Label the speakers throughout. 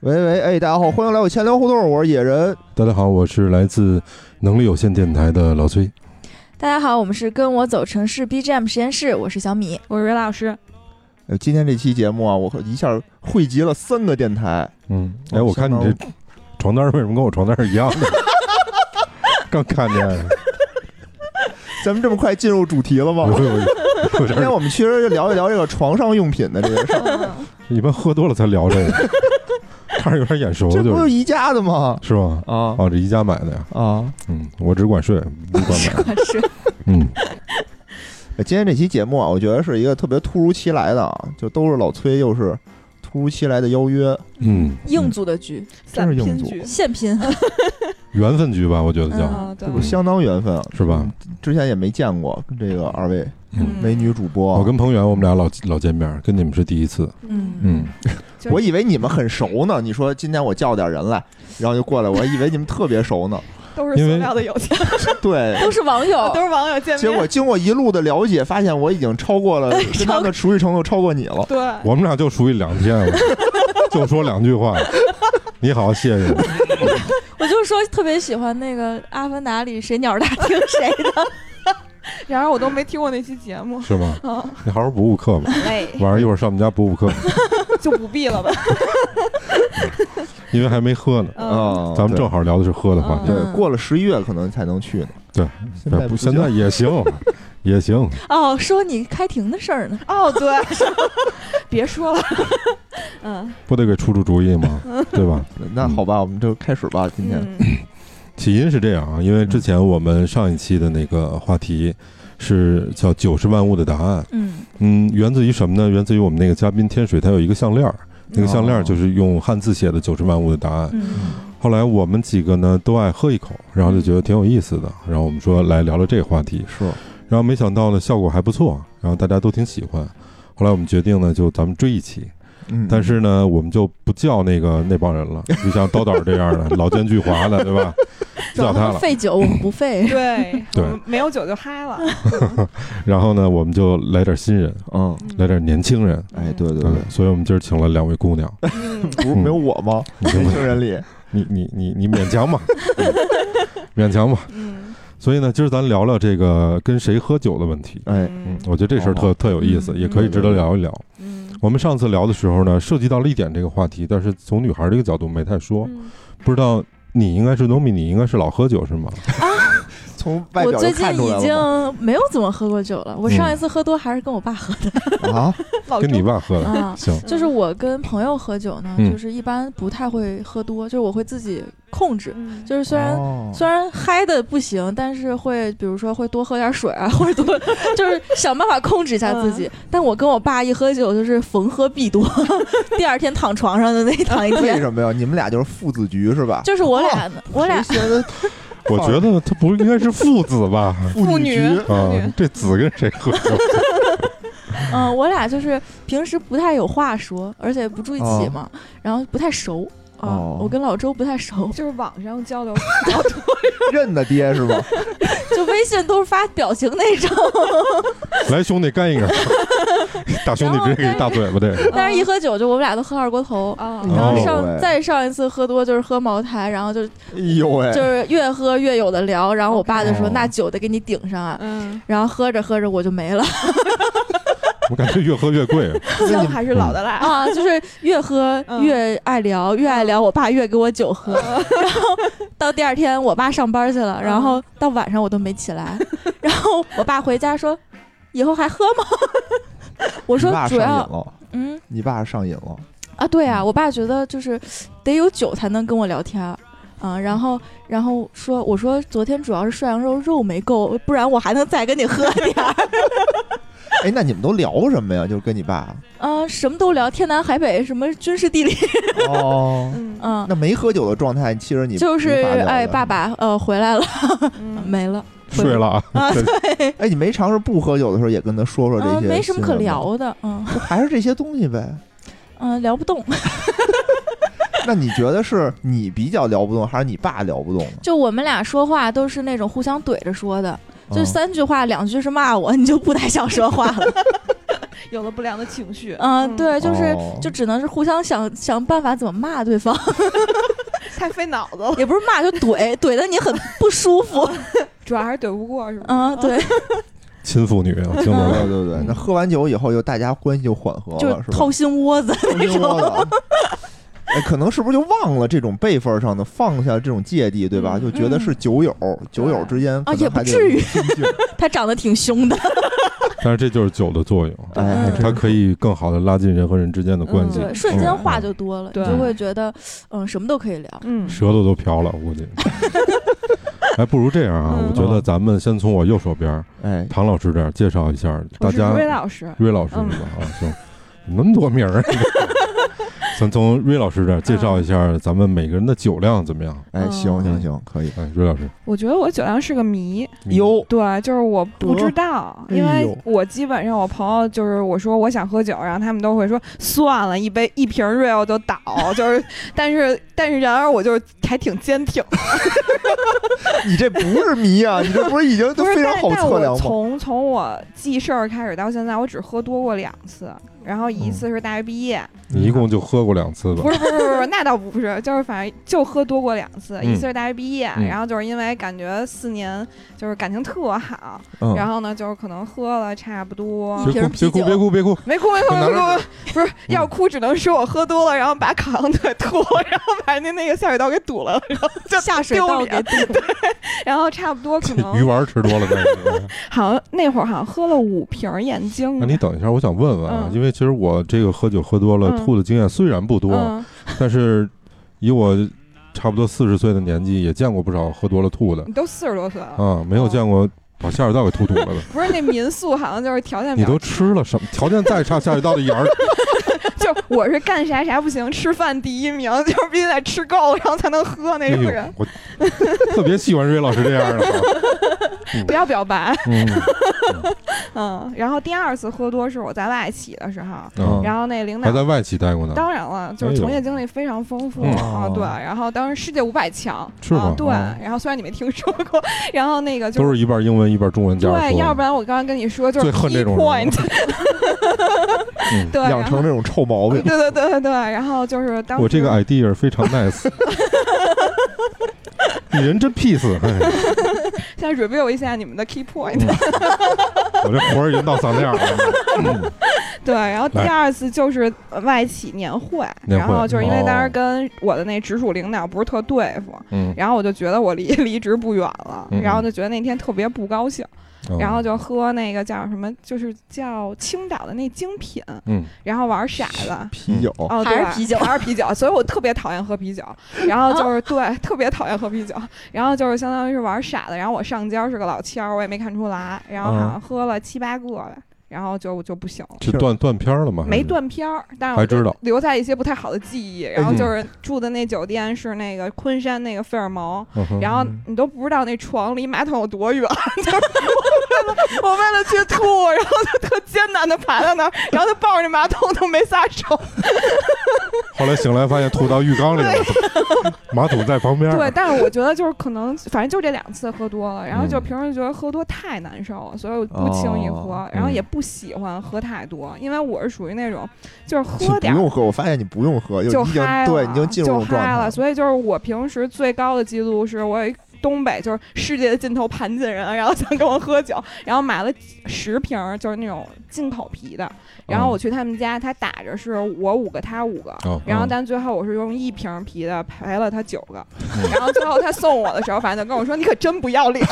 Speaker 1: 喂喂，哎，大家好，欢迎来我闲聊互动，我是野人。
Speaker 2: 大家好，我是来自能力有限电台的老崔。
Speaker 3: 大家好，我们是跟我走城市 BGM 实验室，我是小米。
Speaker 4: 我是瑞老师，
Speaker 1: 呃今天这期节目啊，我一下汇集了三个电台，
Speaker 2: 嗯，哎，我看你这床单为什么跟我床单是一样 的？刚看见，
Speaker 1: 咱们这么快进入主题了吗
Speaker 2: 有？有有有
Speaker 1: 今天
Speaker 2: 点，
Speaker 1: 我们其实就聊一聊这个床上用品的这 个事儿，
Speaker 2: 一般喝多了才聊这个，看着有点眼熟，
Speaker 1: 这
Speaker 2: 就
Speaker 1: 不就是宜家的吗？
Speaker 2: 是吧？
Speaker 1: 啊
Speaker 2: 哦，这宜家买的呀，
Speaker 1: 啊！
Speaker 2: 嗯，我只管睡，不管买，
Speaker 3: 是
Speaker 2: 嗯，
Speaker 1: 呃今天这期节目啊，我觉得是一个特别突如其来的啊，就都是老崔，又是突如其来的邀约，
Speaker 2: 嗯，
Speaker 3: 硬组的局，
Speaker 1: 真是
Speaker 4: 散
Speaker 1: 硬
Speaker 4: 拼
Speaker 1: 座
Speaker 4: 局
Speaker 3: 现拼。
Speaker 2: 缘分局吧，我觉得叫
Speaker 4: 啊，对
Speaker 1: 这，不相当缘分啊，
Speaker 2: 是吧？
Speaker 1: 之前也没见过跟这个二位
Speaker 2: 嗯，
Speaker 1: 美女主播，
Speaker 2: 我跟彭源我们俩老老见面，跟你们是第一次，
Speaker 3: 嗯，
Speaker 2: 嗯，
Speaker 1: 我以为你们很熟呢。你说今天我叫点人来，然后就过来，我还以为你们特别熟呢。
Speaker 4: 都是
Speaker 2: 因为
Speaker 4: 塑料的友情，
Speaker 1: 对，
Speaker 3: 都是网友，
Speaker 4: 都是网友见面，
Speaker 1: 结果经过一路的了解，发现我已经超过了
Speaker 3: 哎
Speaker 1: 跟他们的熟悉程度超过你了。
Speaker 4: 对，
Speaker 2: 我们俩就熟悉两天了， 就说两句话，你好，谢谢。
Speaker 3: 我就说特别喜欢那个《阿凡达》里谁鸟大听谁的。
Speaker 4: 然而我都没听过那期节目，
Speaker 2: 是吗？
Speaker 4: 啊，
Speaker 2: 你好好补补课吧，
Speaker 3: 哎，
Speaker 2: 晚上一会儿上我们家补补课，
Speaker 4: 就不 必了吧，
Speaker 2: 因为还没喝呢。
Speaker 1: 哦
Speaker 4: 嗯，
Speaker 2: 咱们正好聊的是喝的话题，
Speaker 1: 对
Speaker 3: 嗯
Speaker 1: 过了十一月可能才能去呢。
Speaker 2: 对，
Speaker 1: 现在
Speaker 2: 不
Speaker 1: 不
Speaker 2: 现在也行，也行。
Speaker 3: 哦，说你开庭的事儿呢？
Speaker 4: 哦，对， 别说了，嗯
Speaker 2: 不得给出出主意吗？对吧？
Speaker 1: 那好吧，我们就开始吧。今天
Speaker 4: 嗯，
Speaker 2: 起因是这样啊，因为之前我们上一期的那个话题是叫“九十万物的答案
Speaker 3: 嗯，”，
Speaker 2: 嗯，源自于什么呢？源自于我们那个嘉宾天水，他有一个项链儿，那个项链儿就是用汉字写的“九十万物的答案”。
Speaker 3: 嗯，
Speaker 2: 后来我们几个呢都爱喝一口，然后就觉得挺有意思的，然后我们说来聊聊这个话题。
Speaker 1: 是
Speaker 2: 然后没想到呢，效果还不错，然后大家都挺喜欢。后来我们决定呢，就咱们追一期，
Speaker 1: 嗯，
Speaker 2: 但是呢，我们就不叫那个那帮人了，就像刀导这样的老奸巨猾的，对吧？不叫他了。
Speaker 3: 费酒我们不费。
Speaker 4: 对，
Speaker 2: 对
Speaker 4: 我们没有酒就嗨了，
Speaker 2: 然后呢，我们就来点新人，
Speaker 1: 嗯，
Speaker 2: 来点年轻人。
Speaker 1: 哎，对对对，，
Speaker 2: 嗯所以我们今儿请了两位姑娘，
Speaker 4: 嗯，
Speaker 1: 不是没有我吗？
Speaker 2: 你
Speaker 1: 年轻人里，
Speaker 2: 你你你你勉强吧，嗯勉强吧。
Speaker 4: 嗯，
Speaker 2: 所以呢，今儿咱聊聊这个跟谁喝酒的问题。
Speaker 1: 哎，
Speaker 2: 嗯
Speaker 4: 嗯，
Speaker 2: 我觉得这事儿
Speaker 1: 好
Speaker 2: 特特有意思，
Speaker 3: 嗯
Speaker 2: 也可以值得聊一聊。
Speaker 4: 嗯，
Speaker 2: 我们上次聊的时候呢，涉及到了一点这个话题，但是从女孩这个角度没太说。
Speaker 4: 嗯
Speaker 2: 不知道你应该是农民，你应该是老喝酒是吗？
Speaker 1: 从 外
Speaker 3: 我
Speaker 1: 表就
Speaker 3: 最近
Speaker 1: 看出来
Speaker 3: 已
Speaker 1: 了嗯
Speaker 3: 经没有怎么喝过酒了，我上一次喝多还是跟我爸 喝的
Speaker 1: 吗啊，
Speaker 4: 老嗯
Speaker 2: 跟
Speaker 4: 周
Speaker 2: 你爸喝的。
Speaker 1: 嗯
Speaker 3: 啊。
Speaker 2: 行，
Speaker 3: 就是我跟朋友喝酒呢，
Speaker 2: 嗯
Speaker 3: 就是一般不太会喝多，就是我会自己控制。
Speaker 4: 嗯
Speaker 3: 就是虽然
Speaker 1: 哦
Speaker 3: 虽然嗨的不行，但是会比如说会多喝点水 啊，或者多就是想办法控制一下自己。
Speaker 1: 嗯
Speaker 3: 但我跟我爸一喝酒就是逢喝必多， 第二天躺床上的那躺一
Speaker 1: 为
Speaker 3: 天。
Speaker 1: 什么呀？你们俩就是父子局是吧？
Speaker 3: 就是我俩呢，我俩
Speaker 1: 哦谁先的
Speaker 2: 我觉得他不应该是父子吧？
Speaker 1: 妇
Speaker 4: 女
Speaker 1: 局
Speaker 2: 啊
Speaker 4: 父女，
Speaker 2: 这子跟谁喝酒？
Speaker 3: 嗯、我俩就是平时不太有话说，而且不住一起嘛，然后不太熟啊。
Speaker 1: 哦
Speaker 3: 我跟老周不太熟，
Speaker 4: 就是网上交流，
Speaker 1: 认的爹 是吧？
Speaker 3: 就微信都是发表情那种，
Speaker 1: 嗯
Speaker 2: 来，兄弟干一个！大兄弟直接给一大嘴巴，这个
Speaker 3: 但是一喝酒就我们俩都喝二锅头。
Speaker 4: 啊，
Speaker 1: 嗯
Speaker 3: 然后上、
Speaker 1: 哦
Speaker 3: 再上一次喝多就是喝茅台，然后就
Speaker 1: 哎呦喂，
Speaker 3: 就是越喝越有的聊，然后我爸就说：“
Speaker 2: 哦
Speaker 3: 那酒得给你顶上啊。
Speaker 4: 嗯，”
Speaker 3: 然后喝着喝着我就没 了
Speaker 2: 我感觉越喝越贵。
Speaker 4: 姜还是老的辣，
Speaker 3: 啊，就是越喝
Speaker 4: 嗯
Speaker 3: 越爱聊，越爱聊，我爸越给我酒喝。然后到第二天我爸上班去
Speaker 4: 嗯
Speaker 3: 了，然后到晚上我都没起来， 然后我爸回家说：“以后还喝吗？” 我说
Speaker 1: 你爸：“
Speaker 3: 主
Speaker 1: 上瘾
Speaker 3: 要
Speaker 1: 了，
Speaker 3: 嗯
Speaker 1: 你爸上瘾了，
Speaker 3: 啊，对啊，我爸觉得就是得有酒才能跟我聊天儿。”啊，然后，然后说，我说昨天主要是涮羊肉肉没够，不然我还能再跟你喝点儿。
Speaker 1: 哎，那你们都聊什么呀？就是跟你爸
Speaker 3: 嗯，什么都聊，天南海北，什么军事地理，
Speaker 1: 哦。
Speaker 4: 嗯
Speaker 3: 嗯，
Speaker 1: 那没喝酒的状态，其实你
Speaker 3: 就是
Speaker 1: 没法聊的
Speaker 3: 哎，爸，爸，呃，回来了，
Speaker 4: 嗯，
Speaker 3: 没了，回
Speaker 2: 睡了啊，
Speaker 3: 啊，
Speaker 2: 对
Speaker 3: 对，
Speaker 1: 哎，你没尝试不喝酒的时候也跟他说说这些、
Speaker 3: 嗯，没什么可，聊的，嗯
Speaker 1: 就还是这些东西呗。
Speaker 3: 嗯，聊不动。
Speaker 1: 那你觉得是你比较聊不动，还是你爸聊不动呢？
Speaker 3: 就我们俩说话都是那种互 相怼着说的，就
Speaker 1: 嗯
Speaker 3: 三句话，两句是骂我，你就不太想说话了。
Speaker 4: 有了不良的情绪。
Speaker 3: 嗯，对，就是
Speaker 1: 哦
Speaker 3: 就只能是互相想想办法怎么骂对方，
Speaker 4: 太费脑子了，
Speaker 3: 也不是骂，就怼，怼的你很不舒服。
Speaker 4: 主要还是怼不过，是吧？
Speaker 3: 嗯，对，
Speaker 2: 亲妇女，啊我听懂
Speaker 1: 对
Speaker 2: 了。
Speaker 1: 对对，那喝完酒以后，就大家关系就缓和
Speaker 3: 就
Speaker 1: 了，是吧？
Speaker 3: 掏心窝子。
Speaker 1: 偷听摸的。 哎，可能是不是就忘了这种辈分上的放下这种芥蒂，对吧？
Speaker 4: 嗯
Speaker 1: 就觉得是酒友，酒友之间可能
Speaker 3: 哦也不
Speaker 1: 还得
Speaker 3: 至于
Speaker 1: 有亲 近
Speaker 3: 他长得挺凶的，
Speaker 2: 但是这就是酒的作用，
Speaker 1: 哎，还
Speaker 3: 嗯
Speaker 1: 真
Speaker 2: 它
Speaker 1: 是
Speaker 2: 可以更好的拉近人和人之间的关系。
Speaker 4: 嗯
Speaker 3: 对，瞬间话就多了，你
Speaker 4: 对
Speaker 3: 就会觉得嗯什么都可以聊。
Speaker 4: 嗯
Speaker 2: 舌头都飘了，我 估计。哎，不如这样啊，
Speaker 4: 嗯
Speaker 2: 我觉得咱们先从我右手边儿
Speaker 1: 哎，
Speaker 2: 唐老师这儿介绍一下大
Speaker 4: 我是
Speaker 2: 家。
Speaker 4: 瑞老师，嗯
Speaker 2: 瑞老师是吧？啊，行，怎么那么多名儿啊。 咱从瑞老师这儿介绍一下咱们每个人的酒量怎么样？
Speaker 1: 哎，
Speaker 4: 嗯
Speaker 1: 行行行，可以。
Speaker 2: 哎，瑞老师，
Speaker 4: 我觉得我酒量是个谜，
Speaker 2: 你，
Speaker 4: 对，就是我不知道，
Speaker 1: 得
Speaker 4: 因
Speaker 1: 哎
Speaker 4: 为
Speaker 1: 呦
Speaker 4: 我基本上我朋友就是我说我想喝酒，然后他们都会说算了，一杯一瓶 real 就倒，就是， 但是但是然而我就是还挺坚挺，
Speaker 1: 你这不是谜啊，你这不是已经都
Speaker 4: 不是
Speaker 1: 非常
Speaker 4: 但
Speaker 1: 好
Speaker 4: 但
Speaker 1: 测
Speaker 4: 我
Speaker 1: 量吗？
Speaker 4: 从从我记事儿开始到现在，我只喝多过两次，然后
Speaker 1: 嗯
Speaker 4: 一次是大学毕业，
Speaker 2: 你一共就喝过两次吧
Speaker 4: 不？是不是不是，那倒不是，就是反正就喝多过两次，
Speaker 2: 嗯
Speaker 4: 一次是大学毕业，
Speaker 2: 嗯
Speaker 4: 然后就是因为感觉四年就是感情特好，
Speaker 1: 嗯，
Speaker 4: 然后呢就是可能喝了差不多。
Speaker 3: 嗯
Speaker 2: 别
Speaker 3: 瓶
Speaker 2: 哭，别哭，
Speaker 3: 儿啤酒
Speaker 2: 别哭，别哭！
Speaker 4: 没哭没哭
Speaker 2: 拿
Speaker 4: 没
Speaker 2: 着
Speaker 4: 哭，不是要哭，只能说我喝多了，然后把烤羊腿吐， 然后把那那个下水道给堵了， 然后就
Speaker 3: 下水
Speaker 4: 丢
Speaker 3: 道
Speaker 4: 脸
Speaker 3: 给堵了，
Speaker 4: 然后差不多可
Speaker 2: 这 鱼
Speaker 4: 能
Speaker 2: 丸吃多了 再说。
Speaker 4: 好像那会儿好像喝了五瓶燕京
Speaker 2: 啊那，你等一下，我想问问啊，
Speaker 4: 嗯
Speaker 2: 因为其实我这个喝酒喝多了
Speaker 4: 嗯
Speaker 2: 吐的经验虽然不多，
Speaker 4: 嗯，
Speaker 2: 但是以我差不多四十岁的年纪，也见过不少喝多了吐的
Speaker 4: 你嗯都四十多岁了，
Speaker 2: 啊，没有见过把下水道给吐吐了 的。
Speaker 4: 不是那民宿好像就是条件比
Speaker 2: 你
Speaker 4: 较
Speaker 2: 都吃了什么？条件再差，下水道的眼 儿
Speaker 4: 就我是干啥啥不行，吃饭第一名， 就是必须得吃够，然后才能喝那
Speaker 2: 哎
Speaker 4: 种
Speaker 2: 呦，
Speaker 4: 人。
Speaker 2: 我 特别喜欢瑞老师这样的啊。
Speaker 4: 不要表白，
Speaker 2: 嗯，
Speaker 4: 嗯。然后第二次喝多是我在外企的时候，
Speaker 2: 嗯哎
Speaker 4: 然后那领
Speaker 2: 还在
Speaker 4: 导。
Speaker 2: 外企待过呢，
Speaker 4: 当然了，就是从业经历非常丰富、
Speaker 2: 哎呦
Speaker 4: 啊，
Speaker 1: 嗯
Speaker 4: 对。然后当时世界五百强
Speaker 2: 是吗
Speaker 4: 啊，对。
Speaker 2: 哦
Speaker 4: 然后虽然你没听说过，然后那个就
Speaker 2: 都是一半英文一半中文加上
Speaker 4: 对，
Speaker 2: 说
Speaker 4: 要不然我刚刚跟你说就是
Speaker 2: 最恨
Speaker 4: key
Speaker 2: 这种人
Speaker 4: point，
Speaker 2: 嗯
Speaker 4: 对，
Speaker 1: 养
Speaker 4: 然后
Speaker 1: 成这种臭毛
Speaker 4: 对
Speaker 1: 病，
Speaker 4: 对对对对。然后就是当时
Speaker 2: 我这个 idea 非 常 nice，你人真 peace，哎
Speaker 4: 现在 review 一下你们的 key point，
Speaker 2: 我这活儿已经到嗓子眼儿了。
Speaker 4: 对，然后第
Speaker 2: 来
Speaker 4: 二次就是呃外企年会，
Speaker 2: 年
Speaker 4: 然
Speaker 2: 会
Speaker 4: 后就是因为当时
Speaker 2: 哦
Speaker 4: 跟我的那直属领导不是特对付，
Speaker 2: 嗯，
Speaker 4: 然后我就觉得我离 离职不远了，
Speaker 2: 嗯嗯
Speaker 4: 然后就觉得那天特别不高兴，
Speaker 2: 嗯
Speaker 4: 然后就喝那个叫什么，就是叫青岛的那精品，
Speaker 2: 嗯，
Speaker 4: 然后玩骰子。
Speaker 1: 啤酒，
Speaker 4: 哦，
Speaker 3: 还是
Speaker 4: 对
Speaker 3: 啤酒哦
Speaker 4: 还是啤酒，所以我特别讨厌 喝啤酒。然后就是、对，特别讨厌喝啤酒。然后就是相当于是玩傻子。然后我上家是个老千儿，我也没看出来。然后好
Speaker 2: 哦
Speaker 4: 像喝了七八个吧，然后就就不行了。
Speaker 2: 就断断片儿了吗？还是
Speaker 4: 没。断片儿，但是
Speaker 2: 还
Speaker 4: 我就
Speaker 2: 知道嗯
Speaker 4: 留下一些不太好的记忆。然后就是住的那酒店是那个昆山那个费尔蒙，
Speaker 2: 嗯哼
Speaker 4: 然后你都不知道那床离马桶有多远，就是我为了我为了去吐，然后就特艰难的爬到那儿，然后就抱着那马桶都没撒 手。
Speaker 2: 后来醒来发现吐到浴缸里了， 马桶在旁边儿。
Speaker 4: 对，但是我觉得就是可能，反正就这两次喝多了，然后就
Speaker 2: 嗯
Speaker 4: 平时觉得喝多太难受了，所以我不轻易喝，
Speaker 1: 哦
Speaker 4: 然后
Speaker 2: 嗯
Speaker 4: 也不喜欢喝太多，因为我是属于那种就是
Speaker 1: 你
Speaker 4: 喝
Speaker 1: 不
Speaker 4: 点儿
Speaker 1: 用喝，我发现你不用喝，
Speaker 4: 就
Speaker 1: 已经
Speaker 4: 嗨了，
Speaker 1: 对，你已经进入这
Speaker 4: 就
Speaker 1: 种状
Speaker 4: 嗨
Speaker 1: 态
Speaker 4: 了。。所以就是我平时最高的记录是我有一东北就是世界的尽头盘锦人，然后想跟我喝酒，然后买了十瓶儿就是那种进口啤的，然
Speaker 1: 哦
Speaker 4: 后我去他们家，他打着是我五个他五个，
Speaker 2: 哦
Speaker 4: 然后
Speaker 2: 嗯
Speaker 4: 但最后我是用一瓶啤的赔了他九个，
Speaker 1: 嗯
Speaker 4: 然后最后他送我的时候，反正就跟我说你可真不要脸，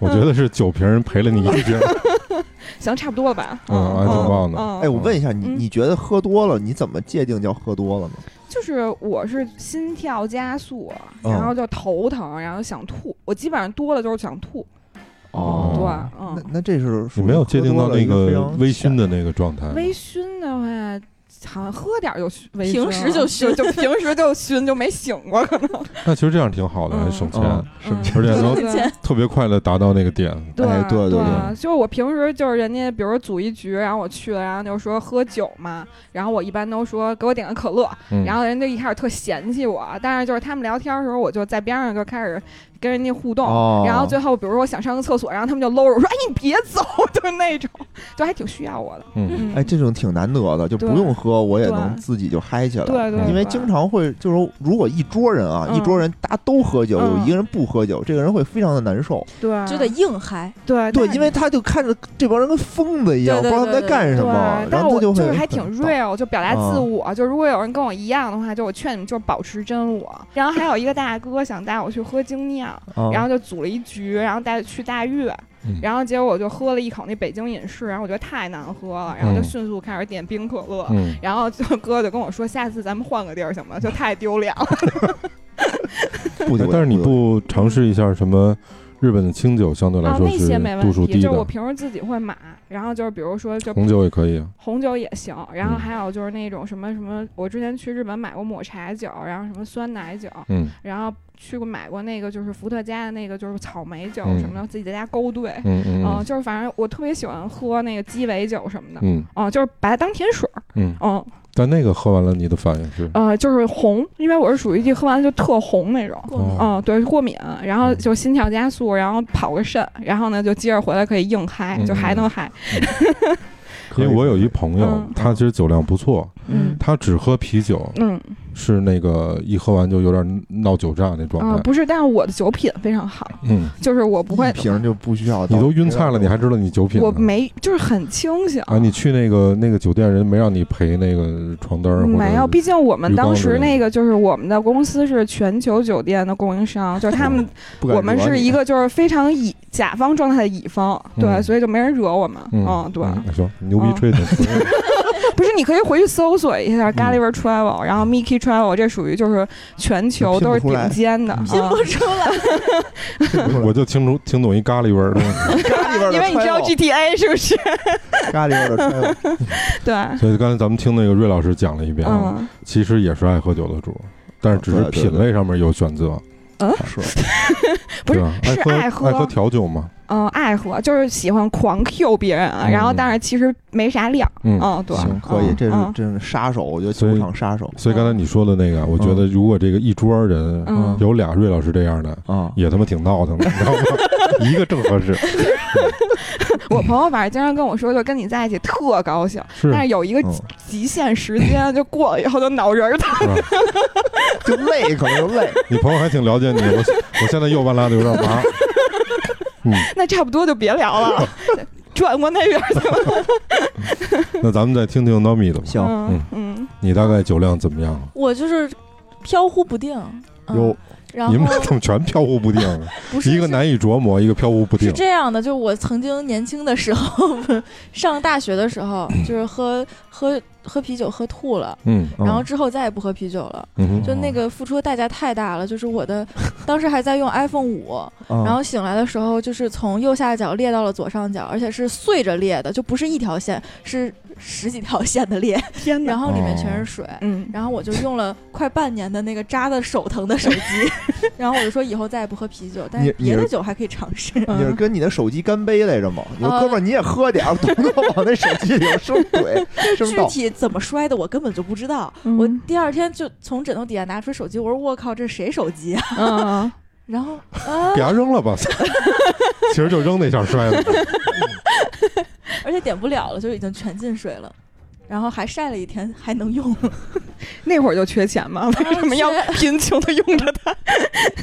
Speaker 2: 我觉得是酒瓶儿赔了你一瓶 儿，
Speaker 4: 行差不多了吧？
Speaker 2: 嗯，还挺棒的。
Speaker 4: 嗯
Speaker 1: 哎，我问一下，你
Speaker 4: 嗯
Speaker 1: 你觉得喝多了，你怎么界定叫喝多了呢？
Speaker 4: 就是我是心跳加速，
Speaker 1: 嗯
Speaker 4: 然后就头疼，然后想吐。我基本上多了就是想吐。
Speaker 2: 哦
Speaker 4: 对，
Speaker 1: 那
Speaker 4: 嗯。
Speaker 1: 那这是属
Speaker 2: 你
Speaker 1: 于
Speaker 2: 没有界定
Speaker 1: 喝
Speaker 2: 到
Speaker 1: 多了
Speaker 2: 那
Speaker 1: 一个非
Speaker 2: 个
Speaker 1: 常
Speaker 2: 微醺
Speaker 1: 浅
Speaker 2: 的那个状态吗，
Speaker 4: 微醺的话，好像喝点儿就醺微醺了，
Speaker 3: 平时就醺
Speaker 4: 就平时就醺，就没醒过可能。
Speaker 2: 那其实这样挺好的，还
Speaker 4: 嗯
Speaker 2: 省钱，
Speaker 1: 嗯，
Speaker 4: 嗯
Speaker 1: 是
Speaker 2: 而且能
Speaker 4: 对 对
Speaker 3: 钱
Speaker 2: 特别快的达到那个点。
Speaker 4: 对、
Speaker 1: 哎对对
Speaker 4: 对
Speaker 1: 对
Speaker 4: 就是我平时就是人家，比如组一局，然后我去了，然后就说喝酒嘛，然后我一般都说给我点个可乐，
Speaker 2: 嗯，
Speaker 4: 然后人家一开始特嫌弃我，但是就是他们聊天的时候，我就在边上就开始跟人家互动。
Speaker 1: 哦，
Speaker 4: 然后最后，比如说我想上个厕所，然后他们就搂着我说：“哎，你别走！” 就是那种，就还挺需要我的。
Speaker 2: 嗯，
Speaker 4: 嗯，
Speaker 1: 哎，这种挺难得的，就不
Speaker 4: 对
Speaker 1: 用喝，我也
Speaker 4: 对
Speaker 1: 能自己就嗨起来。
Speaker 4: 对对，
Speaker 1: 因为
Speaker 4: 对
Speaker 1: 经常会就是说，如果一桌人啊，
Speaker 4: 嗯
Speaker 1: 一桌人大家都喝酒，有
Speaker 4: 嗯
Speaker 1: 一个人不喝酒，这个人会非常的难受。
Speaker 4: 对
Speaker 3: 就得硬嗨，
Speaker 4: 对
Speaker 1: 哎对，
Speaker 4: 但
Speaker 1: 因为他就看着这帮人跟疯子一样，不知
Speaker 3: 对对
Speaker 1: 道他们在干什
Speaker 4: 对
Speaker 1: 么，，然
Speaker 4: 但
Speaker 1: 后
Speaker 4: 我
Speaker 1: 他会
Speaker 4: 是还挺
Speaker 1: 很
Speaker 4: real，就表达自
Speaker 1: 啊
Speaker 4: 我。就如果有人跟我一样的话，就我劝你们就是保持真我。然后还有一个大哥想带我去喝精酿，
Speaker 1: 啊
Speaker 4: 然后就组了一局，然后带去大悦
Speaker 2: 嗯，
Speaker 4: 然后结果我就喝了一口那北京饮式，然后我觉得太难喝了，然后就
Speaker 2: 嗯
Speaker 4: 迅速开始点冰可乐，
Speaker 2: 嗯，
Speaker 4: 然后就哥就跟我说，下次咱们换个地儿行吗？就太丢脸了。
Speaker 1: 不
Speaker 2: 哎
Speaker 1: 丢，
Speaker 2: 但是你
Speaker 1: 丢
Speaker 2: 不尝试一下什么日本的清酒，相对来
Speaker 4: 哦，
Speaker 2: 说
Speaker 4: 那
Speaker 2: 是
Speaker 4: 些没问
Speaker 2: 度数
Speaker 4: 题，
Speaker 2: 低
Speaker 4: 就是
Speaker 2: 的，
Speaker 4: 我平时自己会买，然后就是比如说就
Speaker 2: 红酒也可以。啊
Speaker 4: 红酒也行，然后
Speaker 2: 嗯
Speaker 4: 还有就是那种什么什么，我之前去日本买过抹茶酒，然后什么酸奶酒，
Speaker 2: 嗯，
Speaker 4: 然后去过买过那个就是伏特加的那个就是草莓酒
Speaker 2: 嗯
Speaker 4: 什么的，自己在家勾兑，
Speaker 2: 嗯嗯
Speaker 4: 嗯，
Speaker 2: 嗯
Speaker 4: 就是反正我特别喜欢喝那个鸡尾酒什么的，
Speaker 2: 嗯
Speaker 4: 嗯，就是把它当甜水儿，
Speaker 2: 嗯，
Speaker 4: 嗯
Speaker 2: 但那个喝完了，你的反应是
Speaker 4: 呃，就是红，因为我是属于一喝完就特红那种。
Speaker 3: 过敏
Speaker 2: 哦
Speaker 4: 嗯，对，过敏，然后就心跳加速，然后跑个肾，然后呢就接着回来可以硬嗨，就
Speaker 2: 嗯
Speaker 4: 还能嗨，
Speaker 1: 可以
Speaker 2: 因为我有一朋友
Speaker 4: 嗯，
Speaker 2: 他其实酒量不错，
Speaker 1: 嗯
Speaker 2: 他只喝啤酒，
Speaker 4: 嗯
Speaker 2: 是那个一喝完就有点闹酒炸那
Speaker 4: 啊、
Speaker 2: 状态。
Speaker 4: 不是，但是我的酒品非常好，
Speaker 2: 嗯，
Speaker 4: 就是我不会
Speaker 1: 一，瓶就不需要倒，
Speaker 2: 你都晕菜了，你还知道你酒品呢？
Speaker 4: 我没就是很清醒。
Speaker 2: 啊，你去那个那个酒店，人没让你陪那个床单儿，或者
Speaker 4: 嗯没有，毕竟我们
Speaker 2: 鱼缸
Speaker 4: 当
Speaker 2: 之
Speaker 4: 时
Speaker 2: 类的
Speaker 4: 那个就是我们的公司是全球酒店的供应商，就是 他们
Speaker 1: 不敢
Speaker 4: 我们
Speaker 2: 啊
Speaker 1: 惹
Speaker 4: 是
Speaker 1: 你
Speaker 4: 一个就是非常乙甲方状态的乙方，对，
Speaker 2: 嗯
Speaker 4: 所以就没人惹我们。
Speaker 2: 嗯
Speaker 4: 哦对，
Speaker 2: 嗯行，牛逼
Speaker 4: 嗯
Speaker 2: 吹的，
Speaker 4: 不是，你可以回去搜索一
Speaker 2: 嗯
Speaker 4: 下 Gulliver Travel，然后 Mickey Travel，这属于就是全球
Speaker 1: 拼
Speaker 4: 都
Speaker 1: 不
Speaker 4: 是
Speaker 1: 出来
Speaker 4: 顶尖
Speaker 2: 嗯
Speaker 4: 的，
Speaker 3: 拼
Speaker 4: 啊
Speaker 3: 不出 来，
Speaker 2: 我就听出听懂一咖喱味儿的。
Speaker 1: 咖喱味儿的
Speaker 4: 因为你知道
Speaker 1: travel
Speaker 4: GTA 是不是？
Speaker 1: 咖喱味儿的 travel
Speaker 4: 对，
Speaker 2: 所以刚才咱们听那个瑞老师讲了一遍啊，
Speaker 4: 嗯，
Speaker 2: 其实也是爱喝酒的主，但是只
Speaker 1: 对对
Speaker 2: 是品类上面有选择，
Speaker 1: 是
Speaker 4: 不是
Speaker 2: 对吧
Speaker 4: 是
Speaker 2: 爱
Speaker 4: 爱喝
Speaker 2: 爱喝调酒嘛，
Speaker 4: 嗯，爱喝就是喜欢狂 Q 别人，啊
Speaker 2: 嗯
Speaker 4: 然后但是其实没啥量，
Speaker 2: 嗯。
Speaker 4: 嗯，对，
Speaker 1: 行可以，
Speaker 4: 嗯
Speaker 1: 这是
Speaker 4: 嗯
Speaker 1: 这是杀手，我觉得
Speaker 2: 所以
Speaker 1: 酒场杀手
Speaker 2: 所以刚才你说的那个，我觉
Speaker 1: 嗯
Speaker 2: 得如果这个一桌人
Speaker 4: 嗯
Speaker 2: 有俩瑞老师这样的，
Speaker 1: 啊，
Speaker 2: 也他妈挺闹腾的，你知道吗？一个正合 适，
Speaker 4: 我朋友反正经常跟我说，就跟你在一起特高兴，
Speaker 2: 是
Speaker 4: 但是有一个
Speaker 1: 嗯
Speaker 4: 极极限时间，就过了以后就脑仁儿疼。
Speaker 2: 是吧？
Speaker 1: 就累，可能就累。
Speaker 4: 嗯
Speaker 2: 你朋友还挺了解你，我我现在右半拉的有点麻。
Speaker 4: 那差不多就别 聊了，转过那边儿去了。
Speaker 2: 那咱们再听听 Nomi 的吧，
Speaker 1: 行，
Speaker 4: 嗯嗯，
Speaker 2: 你大概酒量怎么样？
Speaker 3: 我就是飘忽不定。嗯
Speaker 1: 有，
Speaker 3: 然
Speaker 2: 你们
Speaker 3: 后
Speaker 2: 怎么全飘忽不定啊？
Speaker 3: 不是
Speaker 2: 一个
Speaker 3: 是
Speaker 2: 难以琢磨，一个飘忽不
Speaker 3: 是
Speaker 2: 定。
Speaker 3: 这样的，就是我曾经年轻的时候，上大学的时候，就是喝喝喝啤酒喝吐了，
Speaker 2: 嗯
Speaker 3: 然后之后再也不喝啤酒了。
Speaker 2: 嗯哼
Speaker 3: 就那个付出的代价太大了，就是我的当时还在用 iPhone 五，
Speaker 1: 嗯
Speaker 3: 然后醒来的时候就是从右下角裂到了左上角，而且是碎着裂的，就不是一条线，是十几条线的裂，
Speaker 4: 天
Speaker 3: 然
Speaker 4: 哪！
Speaker 3: 后里面全是水。
Speaker 4: 嗯，
Speaker 3: 然后我就用了快半年的那个扎的手疼的手机， 然后我就说以后再也不喝啤酒，但
Speaker 1: 你
Speaker 3: 是别
Speaker 1: 你
Speaker 3: 的
Speaker 1: 是
Speaker 3: 酒还可以尝 试。
Speaker 4: 嗯
Speaker 1: 你是跟你的手机干杯来着吗？你说
Speaker 3: 呃
Speaker 1: 哥们儿你也喝点儿， 咚咚往那手机里头生 怼，生
Speaker 3: 具
Speaker 1: 倒。
Speaker 3: 体怎么摔的我根本就不知道，
Speaker 4: 嗯
Speaker 3: 我第二天就从枕头底下拿出手机，我说我靠，这是谁手机啊？
Speaker 4: 嗯，
Speaker 3: 然 后啊
Speaker 2: 给，他扔 了吧，其实就扔那下摔了。
Speaker 3: 而且点不了了，就已经全进水了。然后还晒了一天，还能用。
Speaker 4: 那会儿就缺钱
Speaker 3: 嗯
Speaker 4: 嘛， 为什 么要贫穷的用着它？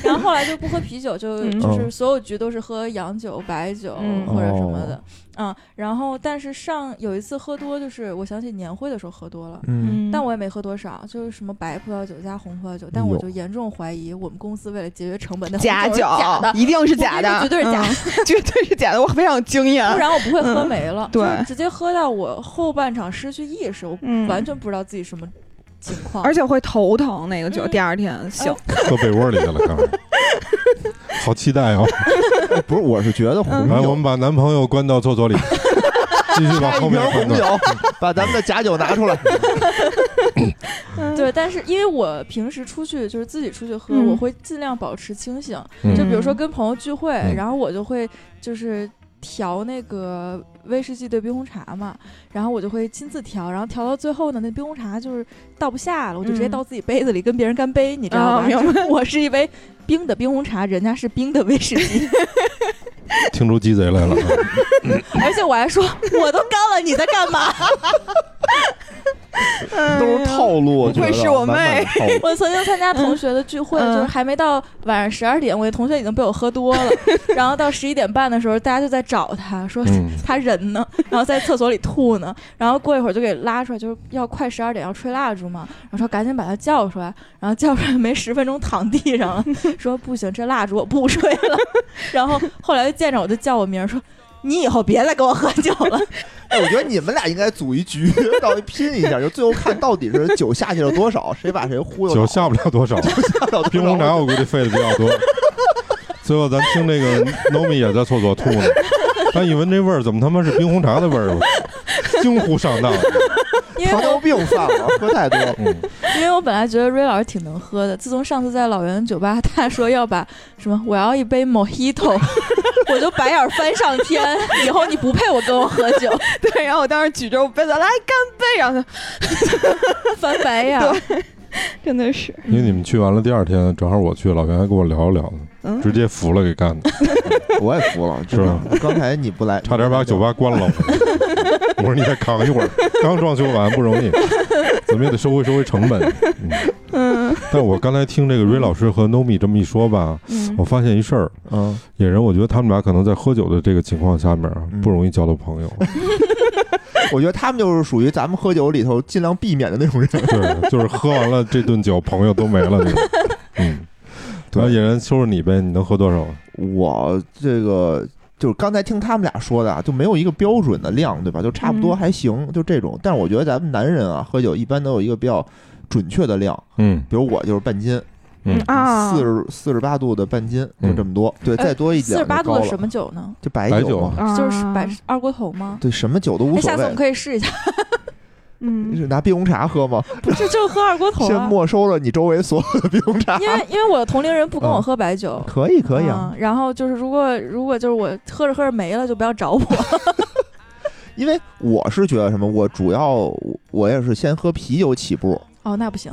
Speaker 3: 然后后来就不喝啤酒，就
Speaker 4: 嗯
Speaker 3: 就是所有局都是喝洋酒、白酒
Speaker 4: 嗯
Speaker 3: 或者什么的。嗯，然后但是上有一次喝多，就是我想起年会的时候喝多了，
Speaker 1: 嗯，
Speaker 3: 但我也没喝多少，就是什么白葡萄酒加红葡萄酒，但
Speaker 1: 哎
Speaker 3: 我
Speaker 1: 呦
Speaker 3: 就严重怀疑我们公司为了节约成本，那红
Speaker 4: 假
Speaker 3: 酒是
Speaker 4: 酒
Speaker 3: 假的，
Speaker 4: 一定是
Speaker 3: 我
Speaker 4: 假
Speaker 3: 跟你
Speaker 4: 的，
Speaker 3: 说绝对是假的
Speaker 4: 嗯， 绝对是假的，我非常有经验
Speaker 3: 不。然我不会喝没了，
Speaker 4: 嗯对
Speaker 3: 就是直接喝到我后半场失去意识，我
Speaker 4: 嗯
Speaker 3: 完全不知道自己什么情况。
Speaker 4: 而且会头疼，那个酒
Speaker 3: 嗯
Speaker 4: 第二天醒，
Speaker 2: 搁被窝里去了，刚 才。好期待哦！
Speaker 1: 哎不是，我是觉得
Speaker 3: 嗯
Speaker 4: 嗯
Speaker 1: 红
Speaker 2: 来，我
Speaker 1: 酒
Speaker 2: 们把男朋友关到厕所里， 继续往
Speaker 1: 开一
Speaker 2: 后
Speaker 1: 瓶
Speaker 2: 面
Speaker 1: 红
Speaker 2: 判断。
Speaker 1: 酒，把咱们的假酒拿出来。
Speaker 3: 嗯对，但是因为我平时出去就是自己出去喝，
Speaker 4: 嗯
Speaker 3: 我会尽量保持清醒。
Speaker 2: 嗯
Speaker 3: 就比如说跟朋友聚会，
Speaker 2: 嗯
Speaker 3: 然后我就会就是调那个威士忌兑冰红茶嘛，然后我就会亲自调，然后调到最后呢，那冰红茶就是倒不下了，我就直接
Speaker 4: 嗯
Speaker 3: 倒自己杯子里跟别人干杯，你知道
Speaker 4: 啊
Speaker 3: 吧？
Speaker 4: 明白
Speaker 3: 就我是一杯冰的冰红茶，人家是冰的威士忌，
Speaker 2: 听出鸡贼来了。
Speaker 3: 而且我还说我都干了，你在干 嘛？
Speaker 4: 嗯
Speaker 1: 都是套路，我觉得
Speaker 4: 不愧是我妹
Speaker 1: 满满的套路
Speaker 3: 我曾经参加同学的聚会，
Speaker 4: 嗯
Speaker 3: 就是还没到晚上十二点，我一同学已经被我喝多 了，然后到十一点半的时候，大家就在找他说
Speaker 2: 嗯，
Speaker 3: 他人呢，然后在厕所里吐呢，然后过一会儿就给拉出来，就是要快十二点要吹蜡烛嘛，然后说赶紧把他叫出来，然后叫出来没十分钟躺地上了， 说不行，这蜡烛我不吹了， 然后后来就见着我就叫我名儿说。你以后别再跟我喝酒了，
Speaker 1: 哎，我觉得你们俩应该组一局， 到底拼一下，就最后看到底是酒下去了多少，谁把谁忽悠
Speaker 2: 酒
Speaker 1: 倒
Speaker 2: 下不了多 少，
Speaker 1: 下 到
Speaker 2: 冰红茶我估计费的比较多。 最后咱听这个 Nomi 也在厕所吐呢， 咱一闻这味儿，怎么他妈是冰红茶的味儿？ 我惊呼上当。
Speaker 3: 因为
Speaker 1: 糖
Speaker 3: 我
Speaker 1: 尿病犯了，喝太多了。
Speaker 2: 嗯，
Speaker 3: 因为我本来觉得瑞老师挺能喝的，自从上次在老袁酒吧，他说要把什么我要一杯 Mojito，我 就白眼翻上天，以后你不配我跟我喝酒，
Speaker 4: 对，然后我当时举着我杯子来干杯，然后
Speaker 3: 翻白眼。
Speaker 4: 他真的是，
Speaker 2: 因为你们去完了第二天，正好我去，老袁还跟我聊了聊呢，
Speaker 4: 嗯，
Speaker 2: 直接服了给干的，
Speaker 1: 我也服了，
Speaker 2: 是吧？
Speaker 1: 刚才你不来，
Speaker 2: 差点把酒吧关了。 我说你再扛一会儿，刚装修完不容易，怎么也得收回收回成本。嗯，但我刚才听这个瑞老师和 Nomi 这么一说吧，
Speaker 4: 嗯
Speaker 2: 我发现一事儿，
Speaker 1: 嗯，
Speaker 2: 野人，我觉得他们俩可能在喝酒的这个情况下面啊
Speaker 1: 嗯
Speaker 2: 不容易交到 朋友，
Speaker 1: 我觉得他们就是属于咱们喝酒里头尽量避免的那种人。
Speaker 2: 对，就是喝完了这顿酒，朋友都没了那种。嗯，
Speaker 1: 对
Speaker 2: 那野人收拾你呗，你能喝多少啊？
Speaker 1: 我这个就是刚才听他们俩说的啊，就没有一个标准的量，对吧？就差不多
Speaker 4: 嗯
Speaker 1: 还行，就这种。但是我觉得咱们男人啊，喝酒一般都有一个比较准确的量，
Speaker 2: 嗯
Speaker 1: 比如我就是半斤，
Speaker 2: 嗯
Speaker 4: 嗯啊，
Speaker 1: 四十四十八度的半斤，就这么多。对，
Speaker 3: 呃
Speaker 1: 再多一
Speaker 3: 四
Speaker 1: 点
Speaker 3: 十
Speaker 1: 就高
Speaker 3: 八
Speaker 1: 了。
Speaker 3: 度的什么酒呢？
Speaker 1: 就白
Speaker 2: 白
Speaker 1: 酒
Speaker 2: 酒
Speaker 1: 嘛，
Speaker 4: 啊
Speaker 3: 就是百事二锅头吗？
Speaker 1: 对，什么酒都无所
Speaker 3: 哎，下次我
Speaker 1: 谓。
Speaker 3: 们可以试一下，
Speaker 4: 嗯，
Speaker 1: 是 拿冰红茶喝 吗？
Speaker 3: 就就喝二锅头
Speaker 1: 先
Speaker 3: 啊。
Speaker 1: 没收了你周围所有的冰红茶。
Speaker 3: 因为因为我的同龄人不跟我喝白酒，
Speaker 1: 可以，嗯可以啊。
Speaker 3: 嗯然后就是如果如果就是我喝着喝着没了，就不要找我。
Speaker 1: 因为我是觉得什么，我主要我我也是先喝啤酒起步，
Speaker 3: 哦，那不行，